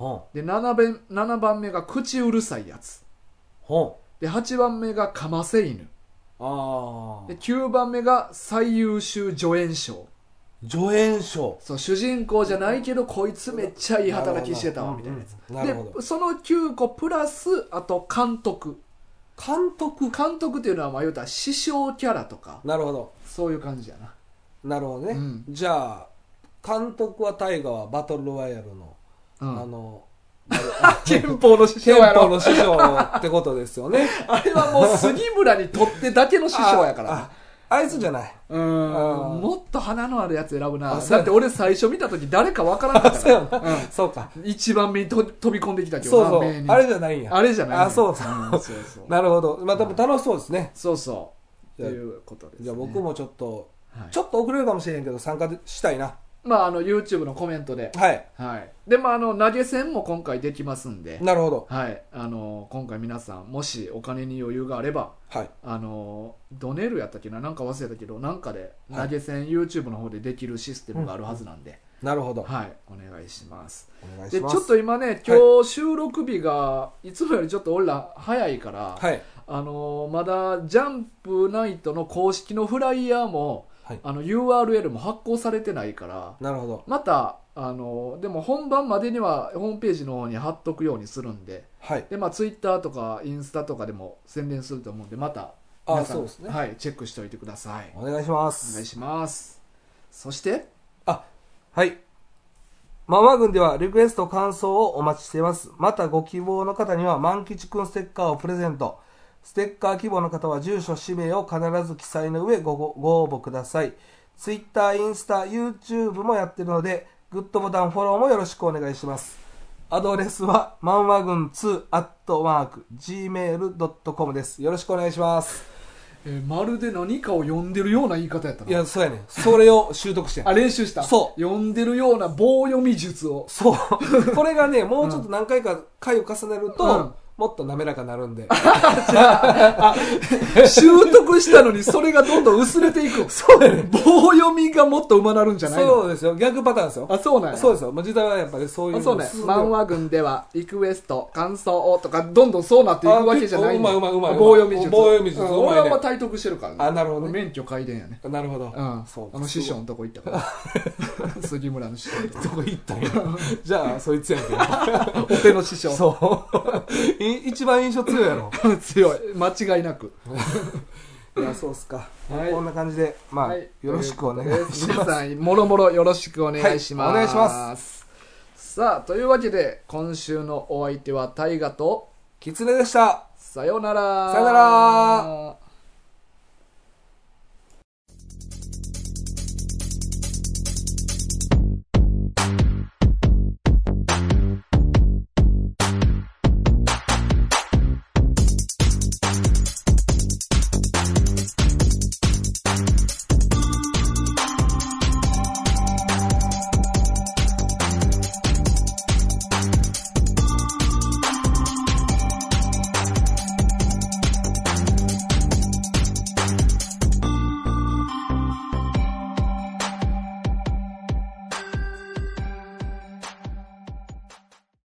Speaker 2: うん
Speaker 1: で 7, 番7番目が口うるさいやつ
Speaker 2: うん、
Speaker 1: で8番目がかませ犬
Speaker 2: ああ
Speaker 1: で9番目が最優秀助演賞
Speaker 2: 助演賞
Speaker 1: そう主人公じゃないけどこいつめっちゃいい働きしてたわみたいなやつ
Speaker 2: なるほど
Speaker 1: でその9個プラスあと監督
Speaker 2: 監督
Speaker 1: 監督っていうのはまあ言うたら師匠キャラとか
Speaker 2: なるほど
Speaker 1: そういう感じやな
Speaker 2: なるほどね、
Speaker 1: うん
Speaker 2: じゃあ監督は大河はバトルロワイヤルの、
Speaker 1: うん
Speaker 2: あの
Speaker 1: 憲法の師匠
Speaker 2: 憲
Speaker 1: や
Speaker 2: 法
Speaker 1: ろ
Speaker 2: の師匠ってことですよね
Speaker 1: あれはもう杉村にとってだ [laughs] けの師匠やから
Speaker 2: あああいつじゃない
Speaker 1: うん
Speaker 2: あー
Speaker 1: もっと花のあるやつ選ぶな
Speaker 2: あそう
Speaker 1: だ
Speaker 2: や
Speaker 1: って俺最初見た時誰かわからんかった
Speaker 2: そうや
Speaker 1: か
Speaker 2: な、
Speaker 1: ら
Speaker 2: そうか
Speaker 1: うん一番目にと飛び込んできたけ
Speaker 2: そう
Speaker 1: ど
Speaker 2: そ
Speaker 1: な目
Speaker 2: う
Speaker 1: に
Speaker 2: あれじゃないんや
Speaker 1: あれじゃない
Speaker 2: あそうそう
Speaker 1: うんそうそう
Speaker 2: なるほどまあでも楽しそうですね、
Speaker 1: そうそう
Speaker 2: じゃ
Speaker 1: とい
Speaker 2: あ
Speaker 1: うことですね
Speaker 2: じゃあ僕もちょっと、
Speaker 1: はい
Speaker 2: ちょっと遅れるかもしれへんけど参加でしたいな
Speaker 1: まああの YouTube のコメントで
Speaker 2: はい
Speaker 1: はいでまああの投げ銭も今回できますんで
Speaker 2: なるほど
Speaker 1: はいあの今回皆さんもしお金に余裕があれば
Speaker 2: はい
Speaker 1: あのドネルやったっけななんか忘れたけどなんかで
Speaker 2: は
Speaker 1: 投
Speaker 2: い
Speaker 1: げ銭 YouTube の方でできるシステムがあるはずなんで、
Speaker 2: なるほど。
Speaker 1: はいお願いします
Speaker 2: お願いし
Speaker 1: でち
Speaker 2: ます。
Speaker 1: ょっと今ね今日収録日がいつもよりちょっと俺ら早いから、
Speaker 2: はい。
Speaker 1: あのーまだジャンプナイトの公式のフライヤーも、
Speaker 2: はい
Speaker 1: あの URL も発行されてないから
Speaker 2: なるほど。
Speaker 1: またあのでも本番までにはホームページの方に貼っとくようにするんで
Speaker 2: はい。
Speaker 1: で、まあ、ツイッターとかインスタとかでも宣伝すると思うんでまた
Speaker 2: あ、
Speaker 1: 皆さん
Speaker 2: そうですね。
Speaker 1: はい、チェックしておいてください
Speaker 2: お願いしま
Speaker 1: お願い
Speaker 2: す。
Speaker 1: しますそして
Speaker 2: はい。ママ軍ではリクエスト感想をお待ちしています。またご希望の方には万吉くんステッカーをプレゼント。ステッカー希望の方は住所、氏名を必ず記載の上ごごご応募ください。Twitter、インスタ、YouTube もやってるので、グッドボタン、フォローもよろしくお願いします。アドレスは、マンワ軍2アットマーク gmail.com です。よろしくお願いします。
Speaker 1: えーまるで何かを読んでるような言い方やったない
Speaker 2: や、そうやねん。それを習得してん
Speaker 1: あ練習した
Speaker 2: そう
Speaker 1: 読んでるような棒読み術を
Speaker 2: [laughs] そう。これがね、もうちょっと何回か回を重ねると、
Speaker 1: うん
Speaker 2: もっと滑らかになるんで。
Speaker 1: 習得したのにそれがどんどん薄れてい
Speaker 2: [laughs]
Speaker 1: くそうやね棒読みがもっとうまなるんじゃないの
Speaker 2: そうですよ。逆パターンですよ。
Speaker 1: あそうなんや
Speaker 2: そうですよ。もう時代はやっぱりそういう
Speaker 1: あ
Speaker 2: の
Speaker 1: そうね
Speaker 2: 進んでる
Speaker 1: 漫画軍ではリクエスト感想をとかどんどんそうなっていくわけじゃない
Speaker 2: あ結構うまいうまいうまい
Speaker 1: 棒読み術
Speaker 2: 棒読み術
Speaker 1: うん
Speaker 2: うまいね
Speaker 1: 俺はまあ体得してるからね
Speaker 2: あなるほどね
Speaker 1: 免許改伝やね
Speaker 2: なるほど。
Speaker 1: うん
Speaker 2: そう
Speaker 1: あの師匠のとこ行ったから [laughs] 杉村の師匠のとこ
Speaker 2: どこ行ったんや。 [laughs] じゃあ、そいつやん [laughs]
Speaker 1: 俺の師
Speaker 2: け。
Speaker 1: 匠
Speaker 2: そう。 [laughs] い一番印象強いやろ。
Speaker 1: 強い間違いなく
Speaker 2: いや、そうっすか。
Speaker 1: はい
Speaker 2: こんな感じで、まあ、
Speaker 1: はい
Speaker 2: よろしくお願いし
Speaker 1: 皆
Speaker 2: ます。
Speaker 1: さんもろもろよろしくお願いします、
Speaker 2: はいお願いします
Speaker 1: さあというわけで今週のお相手は大ガと
Speaker 2: キツネでした。
Speaker 1: さようなら
Speaker 2: さようなら